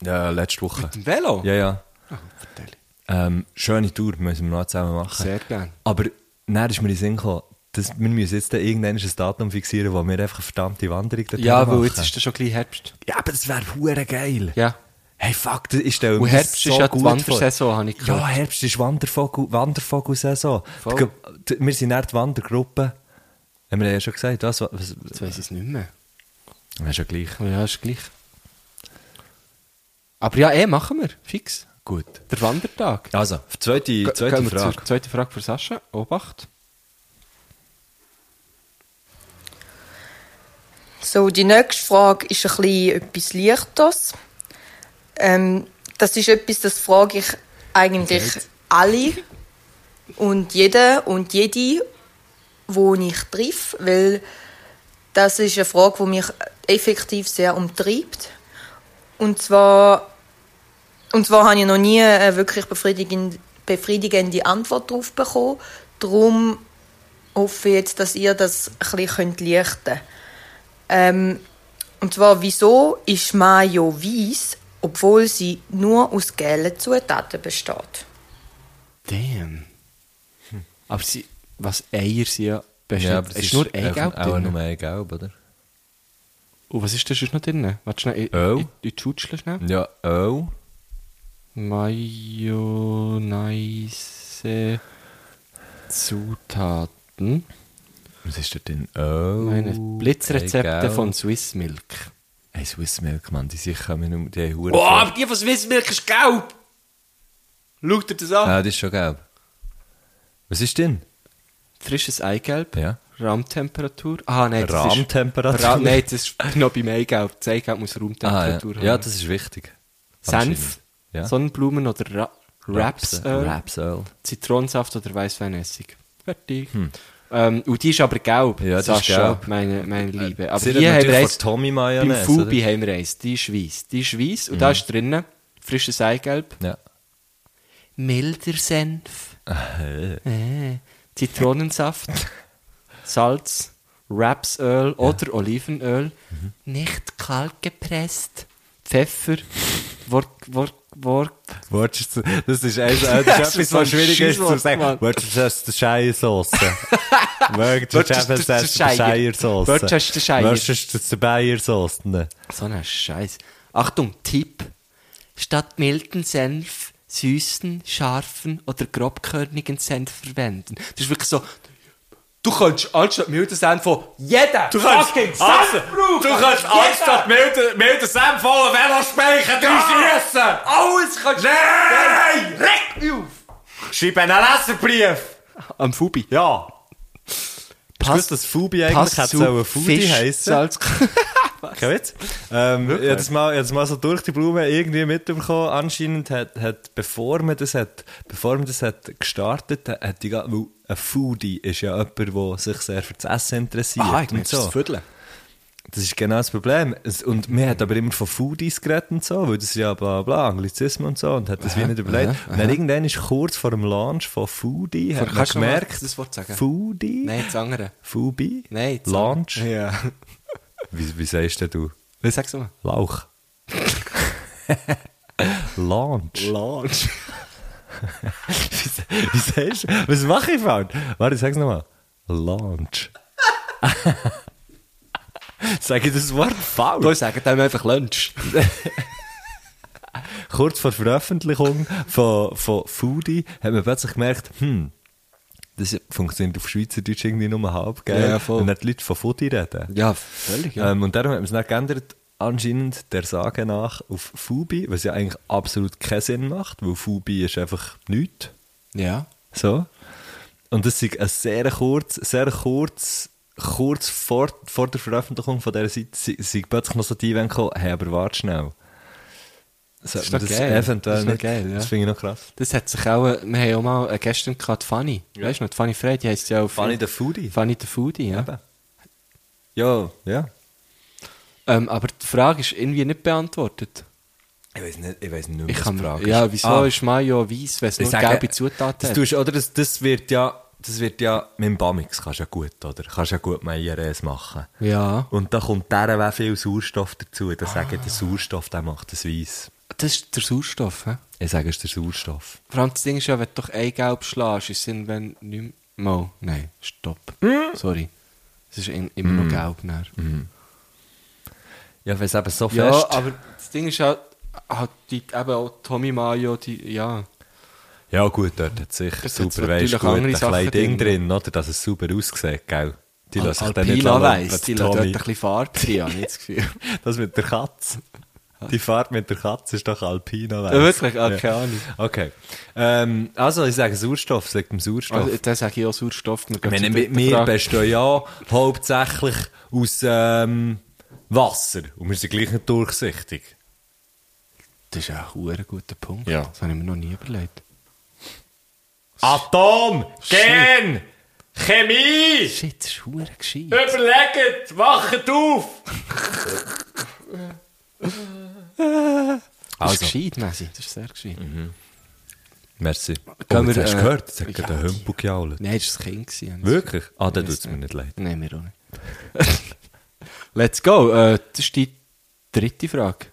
F: ja, letzte Woche.
E: Mit dem Velo?
F: Ja, ja.
E: Verteil.
F: Ähm, schöne Tour müssen wir noch zusammen machen.
E: Sehr gerne.
F: Aber dann ist mir in den Sinn gekommen, dass wir müssen jetzt dann irgendwann ein Datum fixieren, wo wir einfach eine verdammte Wanderung dorthin
E: Ja,
F: machen.
E: weil jetzt ist das schon gleich Herbst.
F: Ja, aber das wäre hure geil.
E: Ja.
F: Hey, fuck, das ist der
E: Und Herbst ist ja die Wandersaison, habe ich
F: Ja,
E: gehört.
F: Herbst ist Wandervogel, Wandervogelsaison.
E: Voll.
F: Die Ge- die- Wir sind dann die Wandergruppe. Haben wir ja schon gesagt, was? was, was
E: Jetzt weiss ich es nicht mehr.
F: ja, schon gleich.
E: Aber ja, ist gleich. Aber ja, eh, machen wir. Fix.
F: Gut.
E: Der Wandertag.
F: Also, zweite,
E: Ge-
F: zweite
E: gehen wir
F: Frage.
E: Zur zweite Frage für Sascha. Obacht.
G: So, die nächste Frage ist ein bisschen etwas Leichtes. Ähm, das ist etwas, das frage ich eigentlich alle und jeden und jede, wo ich treffe, weil das ist eine Frage, die mich effektiv sehr umtreibt. Und zwar, und zwar habe ich noch nie eine wirklich befriedigende, befriedigende Antwort darauf bekommen. Darum hoffe ich jetzt, dass ihr das ein bisschen lichten könnt. Ähm, und zwar, wieso ist Mayo weiß, obwohl sie nur aus gelben Zutaten besteht?
E: Damn. Hm. Aber sie, was Eier sind ja bestimmt.
F: aber
E: ist,
F: das
E: nur ein
F: auch-
E: Gelb
F: Auch
E: drin.
F: nur ein Gelb, oder?
E: Und was ist das sonst noch drin? Warte schnell, ich,
F: Öl.
E: ich, ich tutschle schnell.
F: Ja, oh. auch.
E: Mayonnaise Zutaten.
F: Was ist dort drin? Oh.
E: Meine Blitzrezepte
F: Gelb.
E: von Swiss Milk.
F: Hey, Swiss Milk, Mann, die sicher mir nur die Hure.
E: die von Swiss Milk ist gelb! Schau dir das an!
F: Ah, das ist schon gelb. Was ist denn?
E: Frisches Eigelb,
F: Ja.
E: Raumtemperatur. Ah, nein, das
F: Rahmtemperatur?
E: ist... Ra nein, das ist noch beim Eigelb. Das Eigelb muss
F: Ah, ja.
E: Raumtemperatur
F: ja,
E: haben.
F: das ist wichtig.
E: Senf,
F: Anscheinend. Ja.
E: Sonnenblumen oder Ra äh. Rapsöl,
F: Rapsöl.
E: Zitronensaft oder Weißweinessig. Fertig. Ähm, und die ist aber gelb,
F: Hm. Ja, das ist
E: Sascha,
F: gelb. Äh,
E: meine, meine Liebe. Aber
F: Sie
E: die
F: reden
E: haben wir
F: natürlich
E: eins-
F: von Tommy
E: Beim
F: Mayonnaise.
E: Fubi
F: oder? Mhm.
E: haben wir eins, die ist weiss. Die ist weiss und da ist drinnen frisches Eigelb,
F: Ja.
E: milder Senf,
F: Ah,
E: äh, Zitronensaft, Salz, Rapsöl oder Olivenöl,
F: Mhm.
E: nicht kalt gepresst, Pfeffer, Wort, Wort, Wort.
F: Wolltest du- Das ist, eins- äh,
E: Das
F: das ist
E: ist
F: etwas,
E: so ein
F: was schwierig ist zu
E: Scheisswort,
F: sagen.
E: Mann.
F: Wolltest du das die Scheiersauce? Wolltest du
E: Wolltest du
F: das
E: das
F: die Scheiersauce?
E: Wolltest du das Scheier?
F: Wolltest du das die Bayersauce? Ne.
E: So ein Scheiß. Achtung, Tipp. Statt milden Senf süßen, scharfen oder grobkörnigen Senf verwenden. Das ist wirklich so. Du kannst anstatt milden Senf von jedem
H: Du kannst
E: fucking Senf
H: also,
E: brauchen.
H: Du kannst
E: Jeden.
H: anstatt milden milde Senf voller Velospeicher durchschiessen!
E: Alles kannst
H: Nein!
E: Leck mich auf!
H: Schreib einen Leserbrief!
E: Am Fubi.
H: Ja!
F: Hast du gewusst, dass Fubi eigentlich
E: passt
F: hätte
E: zu
F: sollen Fudi
E: Fisch,
F: heissen?
E: Salz.
F: Kein Witz. Ähm, ich habe das, mal- ich hab das mal so durch die Blume irgendwie mitbekommen. Anscheinend hat, hat bevor man das hat, bevor man das hat gestartet hat, hat die, ga- weil ein Foodie ist ja jemand, der sich sehr für das Essen interessiert.
E: Aha, Ah, ich
F: und
E: muss das
F: so.
E: Vödeln.
F: Das ist genau das Problem. Es- Und mir hat aber immer von Foodies geredet und so, weil das ja bla bla, Anglizismen und so, und hat das wie nicht überlegt. Und dann irgendwann ist kurz vor dem Launch von Foodie, hat man
E: kannst du noch mal
F: gemerkt,
E: das Wort sagen?
F: Foodie?
E: Nein, das andere.
F: Foodie?
E: Nein, das
F: Launch?
E: andere. Ja.
F: Wie, wie sagst denn du?
E: Was sagst du mal?
F: Lauch.
E: Oh.
F: Launch.
E: Launch.
F: Wie, wie sagst du? Was mache ich falsch? Warte, sag's nochmal. Launch. Sag ich das Wort falsch?
E: Du sagst dem einfach Lunch.
F: kurz vor Veröffentlichung von, von Foodie hat man plötzlich gemerkt, hm, das funktioniert auf Schweizerdeutsch irgendwie nur halb, gell?
E: Ja, voll.
F: Wenn dann die Leute von Foodie reden.
E: Ja, völlig.
F: Ähm, und darum hat man es dann geändert, anscheinend der Sage nach, auf Fubi, was ja eigentlich absolut keinen Sinn macht, weil Fubi ist einfach nichts.
E: Ja.
F: So. Und das ist ein sehr kurz, sehr kurz, kurz vor, vor der Veröffentlichung von dieser Seite, sie- sie plötzlich noch so die Event gekommen, hey, aber warte schnell. dus So,
E: Das ist
F: das
E: doch geil.
F: Eventuell
E: Das ist doch
F: nicht.
E: geil, ja.
F: Das finde ich noch krass.
E: Das hat sich auch, äh, wir haben auch mal äh, gestern gerade Fanny. Weißt du noch, die Fanny Frey, die heisst ja auch
F: Fanny the Foodie.
E: Fanny the Foodie, ja.
F: Eben. Ja, ja.
E: Ähm, aber die Frage ist irgendwie nicht beantwortet.
F: Ich weiß nicht, ich weiß nicht mehr,
E: Ich kann,
F: Frage
E: ja, wieso
F: Ah,
E: ist Mayo weiß, wenn es
F: ich
E: nur
F: sage,
E: gelbe Zutaten
F: das
E: hat?
F: tust, oder das, das wird ja, das wird ja, mit dem Bamix kannst du ja gut, oder? Kannst ja gut Mayonnaise machen.
E: Ja, Ah.
F: Und da kommt der auch viel Sauerstoff dazu. Da sage ich, der Sauerstoff, der macht das weiss.
E: das ist der Sauerstoff. He?
F: Ich sage, es ist der Sauerstoff.
E: Vor allem das Ding ist ja, wenn du doch ein Gelb schlägst, ist es dann, wenn nicht mehr... Mal, nein, stopp.
F: Hm?
E: Sorry. Es ist in, immer noch gelb. Dann.
F: Ja, wenn es eben so
E: Ja,
F: fest...
E: aber das Ding ist halt, halt die, eben auch Tommy Mayo, die, ja.
F: ja gut, dort hat sicher
E: Das hat's
F: super,
E: natürlich
F: weißt du, gut,
E: andere
F: ein
E: Sachen
F: kleines Ding
E: drin.
F: drin, oder? Dass es super aussieht, gell? Die lassen sich dann nicht
E: Alpina
F: lumpen,
E: weiss, die
F: die
E: lässt dort ein
F: Tommy.
E: bisschen Farbe drin, habe ich das Gefühl.
F: Das mit der Katze. Die Fahrt mit der Katze ist doch Alpina, weiss.
E: Ja, wirklich? Ah, keine Ahnung.
F: Okay. Ähm, also, ich sage Sauerstoff, sagt dem Sauerstoff.
E: Also, dann sage ich auch Sauerstoff. Wir
F: Ich
E: gehen
F: meine,
E: zur
F: wir
E: dritten
F: wir
E: Frage.
F: bestehen ja hauptsächlich aus ähm, Wasser. Und wir sind gleich nicht durchsichtig.
E: Das ist auch ein verdammt guter Punkt.
H: Ja.
E: Das habe ich mir noch nie überlegt.
H: Atom, Gen, Chemie,
E: Shit, das ist verdammt gescheit.
H: überlegt, wachet auf!
E: Das ist
F: Also.
E: gescheit, Messi. Das ist sehr gescheit.
F: Merci. Oh,
E: Gehen
F: jetzt
E: wir,
F: hast du
E: äh,
F: gehört? Jetzt hat
E: ja,
F: gerade ein
E: die-
F: Hümpel gejault.
E: Nein, das war ein Kind. gewesen, habe ich
F: Wirklich?
E: das Gefühl.
F: Ah, dann
E: Ich
F: tut es
E: weiss
F: mir nicht leid.
E: Nein, mir auch nicht. Let's go. Äh, das ist die dritte Frage.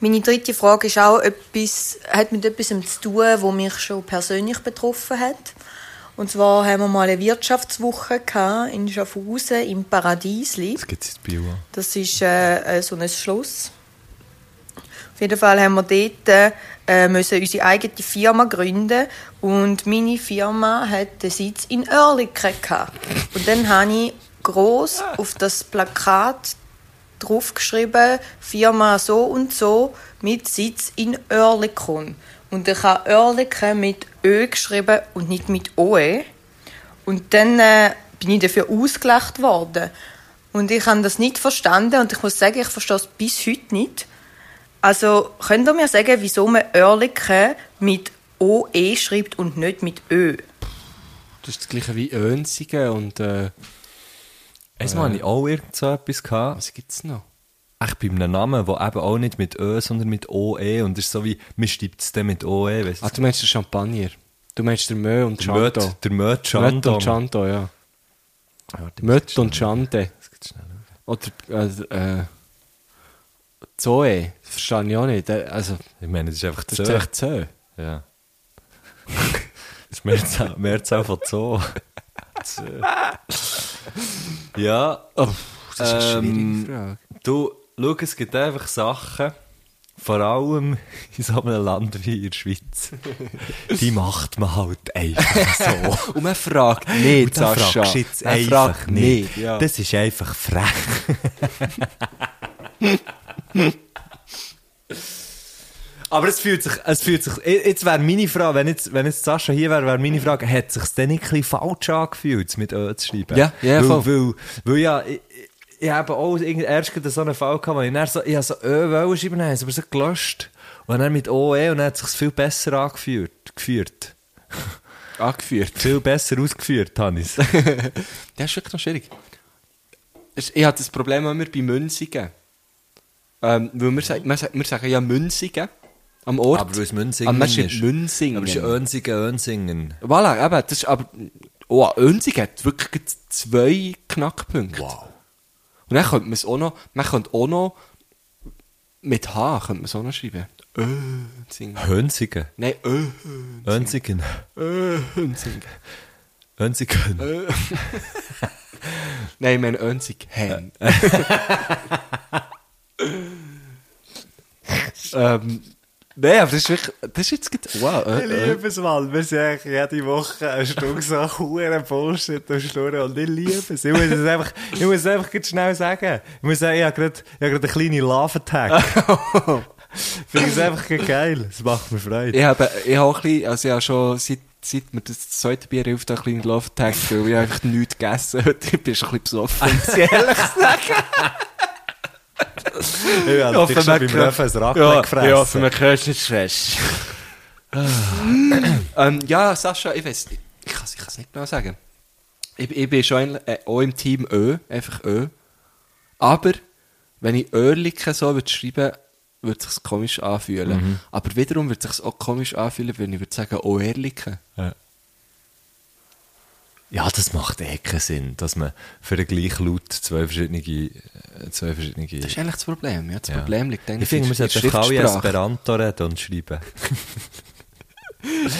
G: Meine dritte Frage ist auch etwas, hat mit etwas zu tun, wo mich schon persönlich betroffen hat. Und zwar haben wir mal eine Wirtschaftswoche gehabt in Schaffhausen im Paradiesli.
F: Das gibt es jetzt bei Bio.
G: Das ist äh, äh, so ein Schloss. Auf jeden Fall haben wir dort äh, müssen unsere eigene Firma gründen und meine Firma hat den Sitz in Oerlikon gehabt. Und dann habe ich gross auf das Plakat draufgeschrieben, Firma so und so mit Sitz in Oerlikon. Und ich habe Oerlikon mit Ö geschrieben und nicht mit OE. Und dann äh, bin ich dafür ausgelacht worden. Und ich habe das nicht verstanden und ich muss sagen, ich verstehe es bis heute nicht. Also könnt ihr mir sagen, wieso man Oerlikon mit OE schreibt und nicht mit Ö?
E: Das ist das gleiche wie Önsigen und äh,
F: Einmal hatte ich auch irgend so etwas. Gehabt.
E: was gibt es noch?
F: Echt bei einem Namen, der eben auch nicht mit Ö, sondern mit OE. Und es ist so wie, man schreibt es dann mit E, OE. Weißt du?
E: Ah, du meinst den Champagner. Du meinst den Mö und den
F: der Möt,
E: Chanto.
F: der Möt
E: Möt
F: Chandon.
E: und Chanto, ja.
F: Ah, Warte,
E: Möt und Chante.
F: das geht's schnell.
E: Oder äh, äh, Zoe. Das verstehe ich auch nicht. Äh, Also,
F: Ich meine, das ist einfach
E: das
F: Zö.
E: ist echt Zoe.
F: Ja. das ist Mehrzahl, Mehrzahl von Zoo. Zö. ja,
E: Oh, das ist eine
F: Ähm,
E: schwierige Frage.
F: Du, schau, es gibt einfach Sachen, vor allem in so einem Land wie in der Schweiz, die macht man halt einfach so.
E: Und man fragt nicht,
F: Und dann
E: Sascha.
F: fragst du jetzt
E: Man
F: einfach
E: fragt
F: nicht.
E: nicht, ja.
F: Das ist einfach frech. Aber es fühlt sich, es fühlt sich, jetzt wäre meine Frage, wenn jetzt, wenn jetzt Sascha hier wäre, wäre meine Frage, hat es sich denn nicht ein bisschen falsch angefühlt, mit Ö zu schreiben?
E: Ja, ja,
F: weil,
E: voll.
F: weil, weil ja, ich, ich- ich habe auch irgend- erst gerade so einen Fall gehabt, wo ich dann so, ich habe so Ö wollen schreiben, habe es aber so gelöscht. Und dann mit OE und dann hat es sich viel besser angeführt, geführt.
E: Angeführt.
F: Viel besser ausgeführt, Hannes.
E: Das ist wirklich noch schwierig. Es- Ich hatte das Problem immer bei Münzigen. Ähm, weil wir, sagen, wir, sagen, wir sagen ja Münzigen am Ort.
F: Aber weil
B: Ah,
F: es
E: Aber
F: Münzingen
E: man schreibt Münzingen.
F: Aber es ist Önsingen, Önsingen.
E: äh, Voilà, eben, das ist aber... Oh, Önsigen hat wirklich gerade zwei Knackpunkte. Wow. Und dann könnte man es auch noch... Man könnte auch noch... Mit H könnte man es auch noch schreiben. Önsigen.
F: Hönsigen.
E: Nein, Ö-
F: Önsigen.
E: Önsigen.
F: Önsigen.
E: Nein, ich meine Önsigen. ähm... Nein, aber das ist wirklich... Das ist jetzt... gerade- Wow, äh, Ö- Ö-
B: es mal, wir sehen jede Woche eine Stunde so hure Bullshit und Schnurren und ich liebe es. Ich muss es einfach, ich muss es einfach grad schnell sagen. Ich muss sagen, ich habe gerade, ich habe gerade eine kleine Love-Attack. Finde es einfach grad geil. Es macht mir Freude.
E: Ich habe, ich habe auch ein bisschen, also ich habe schon seit, seit mir das zweite Bier hilft, einen kleinen Love Tag, weil ich einfach nichts gegessen habe. Ich bin schon ein bisschen besoffen.
F: Also, Ich habe dich schon beim Treffen ein Raclette gefressen.
E: hörst du nicht fest. ähm, ja, Sascha, ich weiß, ich, ich kann es ich kann's nicht genau sagen. Ich, ich bin schon ein, äh, auch im Team Ö, einfach Ö. Aber, wenn ich Öhrlichen so würde schreiben würde, es sich komisch anfühlen.
F: Mhm.
E: Aber wiederum würde es sich auch komisch anfühlen, wenn ich würde sagen, oh, Öhrlichen.
F: Ja, das macht eh keinen Sinn, dass man für den gleichen Laut zwei verschiedene... äh, Zwei verschiedene
E: Das ist eigentlich das Problem. Ja, das
F: Ja.
E: Problem liegt eigentlich
F: ich finde, wir
E: in der
F: sollten alle
E: Schriftsprache.
F: Esperanto reden und schreiben.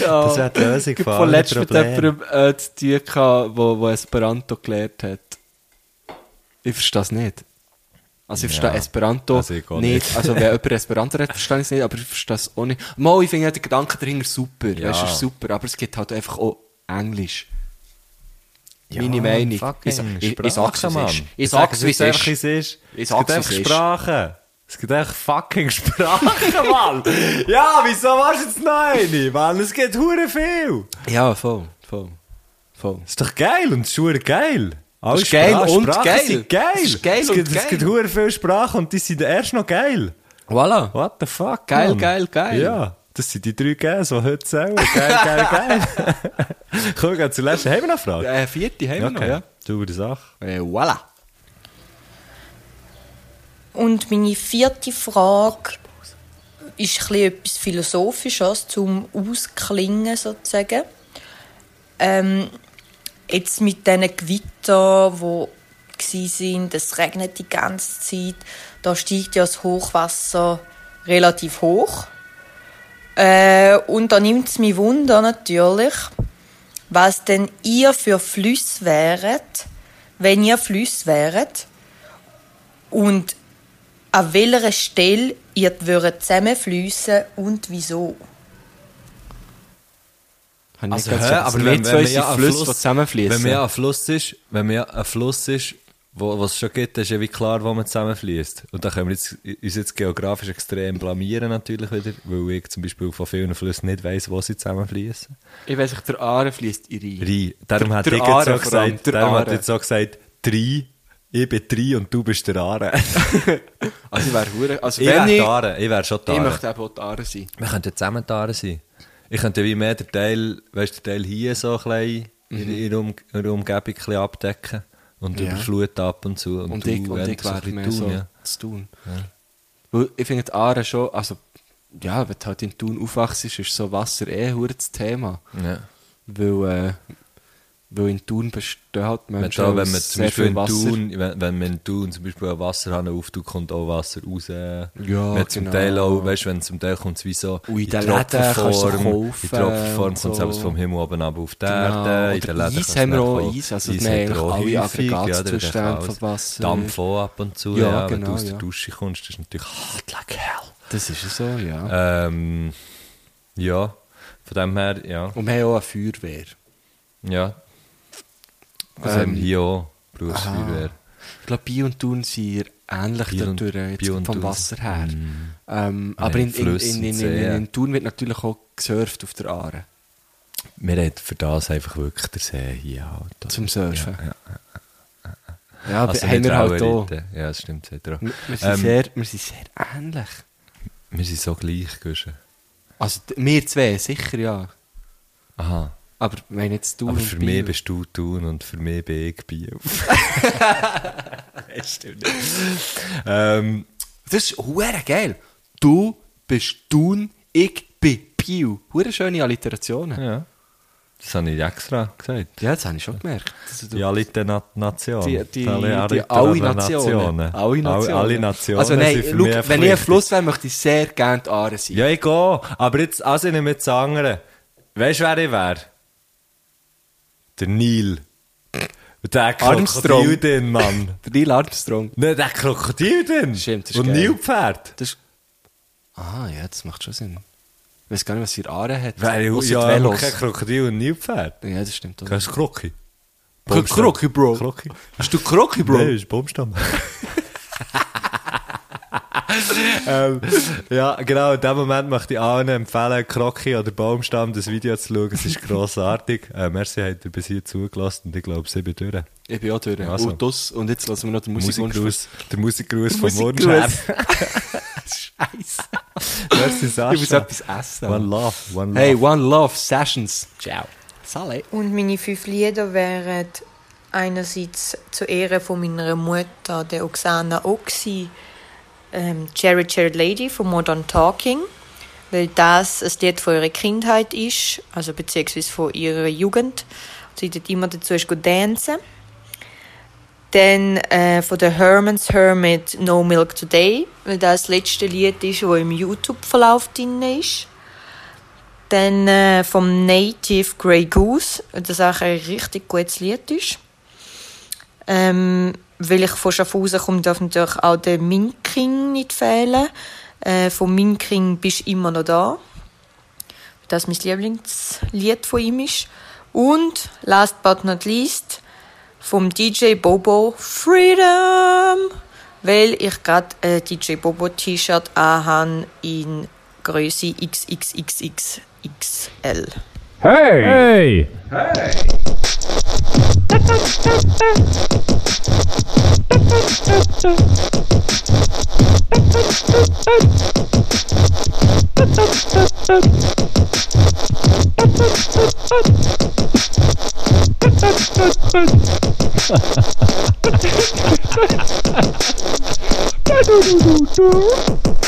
E: Ja.
F: Das wäre die Lösung
E: Ich
F: von
E: habe
F: allen
E: vorletzt mit
F: Problemen.
E: jemandem äh, zu tun gehabt, wo, wo Esperanto gelernt hat. Ich verstehe es nicht. Also ich verstehe
F: Ja,
E: Esperanto
F: also ich
E: nicht.
F: auch nicht.
E: Also wenn jemand Esperanto redet, verstehe ich es nicht, aber ich verstehe es auch nicht. Mal, ich finde ja den Gedanken dahinter super.
F: Ja.
E: Weißt, du, ist super, aber es gibt halt einfach auch Englisch.
F: Ja,
E: Meine Meinung.
F: fucking
E: ich, ich, ich sag's,
F: Sprache,
E: wie es
F: Mann.
E: ist. Ich sag's,
F: sag's
E: wie es
F: jetzt einfach, wie
E: ist.
F: es ist.
E: Ich
F: Es
E: sag's,
F: gibt
E: wie
F: einfach
E: es ist.
F: Sprachen. Es gibt einfach fucking Sprachen, Mann. Ja, wieso warst du jetzt noch eine, Mann? Es gibt hure viel.
E: Ja, voll, voll, voll.
F: Ist doch geil und es ist hure geil. Alles
E: ist geil und
F: Sprachen
E: geil.
F: Sind geil.
E: Es ist geil
F: es
E: und
F: gibt,
E: geil.
F: Es gibt hure viele Sprachen und die sind erst noch geil.
E: Voilà.
F: What the fuck,
E: Geil,
F: Mann?
E: geil, geil.
F: Ja, das sind die drei Gs, die heute zählen. Geil, geil, geil. Komm, geh zur letzten. Haben wir noch Fragen?
E: Äh, vierte haben wir noch, ja.
F: Saubere Sache.
E: Äh, voilà.
G: Und meine vierte Frage ist ein bisschen etwas Philosophisches zum Ausklingen sozusagen. Ähm, jetzt mit diesen Gewitter, die sind, es regnet die ganze Zeit, da steigt ja das Hochwasser relativ hoch. Äh, und da nimmt es mich Wunder natürlich, was denn ihr für Flüsse wäret, wenn ihr Flüsse wäret. Und an welcher Stelle ihr würdet zusammenfliessen und wieso?
E: Habe
F: Also,
E: ich nicht
F: hä,
E: ganz gesagt.
F: aber
E: Es
F: wenn,
E: sind
F: wenn,
E: nicht so
F: man
E: unsere
F: ja
E: Flüsse,
F: Fluss,
E: die zusammenfließen.
F: Wenn man ja ein Fluss ist, wenn man ja ein Fluss ist, wo was es schon gibt, dann ist ja wie klar, wo man zusammenfließt. Und da können wir jetzt, uns jetzt geografisch extrem blamieren natürlich wieder, weil ich zum Beispiel von vielen Flüssen nicht weiss, wo sie zusammenfließen.
E: Ich weiß nicht, der Aare fließt in Rhein.
F: Rhein. Darum
E: Der-
F: hat
E: der
F: ich jetzt
E: Aare
F: so
E: vor allem,
F: gesagt,
E: der
F: darum hat
E: Aare.
F: jetzt so gesagt, drei, ich bin drei und du bist der Aare.
E: Also ich wäre hure. Also
F: ich
E: wenn
F: wäre
E: ich,
F: die Aare, ich wäre schon die
E: ich
F: Aare.
E: möchte eben auch die Aare sein.
F: Wir könnten zusammen die Aare sein. Ich könnte wie mehr den Teil, weißt, den Teil hier so klein in, in, der um, in der Umgebung ein bisschen abdecken und
E: Mhm. Ja.
F: über Flut ab und zu.
E: Und,
F: du
E: ich, und
F: endlich
E: ich wäre
F: ein
E: mehr
F: bisschen
E: so
F: tun, ja.
E: zu tun. Weil ich finde die Aare schon, also ja, wenn du halt in Thun aufwachst, ist so Wasser eh hure das Thema.
F: Ja.
E: Weil, äh, weil in Thun bestehen halt
F: Wenn,
E: Menschen
F: da, wenn
E: aus
F: man zum
E: sehr
F: Beispiel
E: viel
F: in
E: Wasser.
F: Thun, wenn, wenn man in Thun zum Beispiel einen Wasserhahn auftut, kommt auch Wasser raus. Ja, wenn zum
E: genau.
F: Teil auch, weißt, wenn zum Teil kommt es wie so
E: Und in den Läden kannst du es
F: In
E: kaufen
F: Tropfenform
E: und
F: kommt es
E: so.
F: eben vom Himmel oben ab auf die
E: Genau.
F: Erde. In
E: Oder
F: den Läden
E: Eis
F: kannst du
E: haben wir
F: dann
E: auch.
F: kaufen.
E: Eis, also
F: Eis
E: wir haben
F: haben wir auch
E: alle
F: häufig, ja, da
E: Aggregatzustände
F: kannst du
E: von
F: alles-
E: Wasser.
F: Dampf auch ab und zu,
E: Ja,
F: ja, wenn du
E: genau,
F: aus der
E: ja.
F: Dusche kommst, das ist natürlich hot like hell.
E: Das ist so, ja.
F: Ähm, ja, von dem her, ja.
E: Und wir haben auch eine Feuerwehr.
F: ja. Das
E: Ähm,
F: haben wir hier auch, Berufsfeuerwehr.
E: Ich glaube, Biel und Thun sind ähnlich
F: Biel und-
E: dadurch, jetzt
F: Biel und
E: vom
F: Thun.
E: Wasser her.
F: Mm.
E: Ähm, aber in, in,
F: Flüsse
E: in,
F: und
E: in, in,
F: Seen.
E: in, in Thun wird natürlich auch gesurft auf der Aare.
F: Wir haben für das einfach wirklich den See hier halt. oder?
E: Zum Surfen.
F: Ja, ja.
E: Ja,
F: Also
E: haben
F: nicht
E: wir halt
F: Rauerreiten.
E: auch.
F: Ja, das stimmt. hat er auch.
E: Wir, wir, sind
F: Ähm,
E: sehr, wir sind sehr ähnlich.
F: wir sind so gleich, Guschen.
E: Also d- wir zwei, sicher ja.
F: Aha.
E: Aber wenn jetzt du
F: Aber
E: und
F: für
E: Biel-
F: mich bist du Thun und für mich bin ich Biel. das stimmt nicht. ähm,
E: Das ist hure geil. Du bist Thun, ich bin Biel. Hure schöne Alliterationen.
F: ja. Das habe ich extra gesagt.
E: Ja, das habe ich schon gemerkt. Also, du-
F: Die alle den Na Nationen.
E: die, die, die,
F: alle,
E: alle Nationen.
F: Alle Nationen. Alle Nationen
E: Also
F: sind
E: nein,
F: für
E: schau,
F: mich
E: wenn ich ein
F: wichtig.
E: Fluss wäre, möchte ich sehr gerne die Aare sein.
F: Ja, ich gehe. Aber jetzt, also ich nehme jetzt das andere. Weißt du, wer ich wäre? Der Nil. Der
E: Armstrong.
F: Krokodil, den Mann.
E: Der Neil Armstrong.
F: Nein, der Krokodil, den.
E: Stimmt, das ist
F: Und
E: geil.
F: Nilpferd.
E: Das ist... Ah, ja, das macht schon Sinn. Ich weiß gar nicht, was ihr Aare hat.
F: Wäre ich
E: Ausser
F: ja,
E: die
F: aber
E: Velos.
F: kein Krokodil und Nilpferd.
E: Ja, das stimmt. Auch.
F: Kannst du Kroki?
E: K- Kroki, Bro.
F: Kroki.
E: Bist du Kroki, Bro?
F: Nein, ist Baumstamm. ähm, ja, genau, in dem Moment möchte ich allen empfehlen, Kroki oder Baumstamm, das Video zu schauen. Es ist grossartig. Äh, merci, habt ihr bis hier zugelassen und ich glaube, sie bin durch.
E: Ich bin auch durch.
F: Also.
E: Und, das, und jetzt lassen wir noch den Musikwunsch.
F: Musikgruß, der Musikgruß vom
E: Musikgruß.
F: Wunsch her.
E: Scheiße.
F: Merci, Sascha.
E: Ich muss etwas essen.
F: One love, one
E: Hey,
F: love.
E: One Love Sessions. Ciao. Sale.
G: Und meine fünf Lieder wären einerseits zu Ehre von meiner Mutter, der Oksana Oxy, ähm, Cherry Cherry Lady von Modern Talking, weil das ein Lied von ihrer Kindheit ist, also beziehungsweise von ihrer Jugend. Sie dort immer dazu ist gut tanzen. Dann äh, von der Herman's Hermit No Milk Today, weil das das letzte Lied ist, wo im YouTube-Verlauf drin ist. Dann äh, vom Native Grey Goose, das auch ein richtig gutes Lied ist. Ähm, weil ich von Schaffhausen komme, darf natürlich auch der Minkring nicht fehlen. Äh, von Minkring «Bist immer noch da». Das mein Lieblingslied von ihm ist. Und last but not least vom DJ Bobo «Freedom». Weil ich gerade ein DJ Bobo T-Shirt anhabe in Größe XXXXXL.
I: Hey!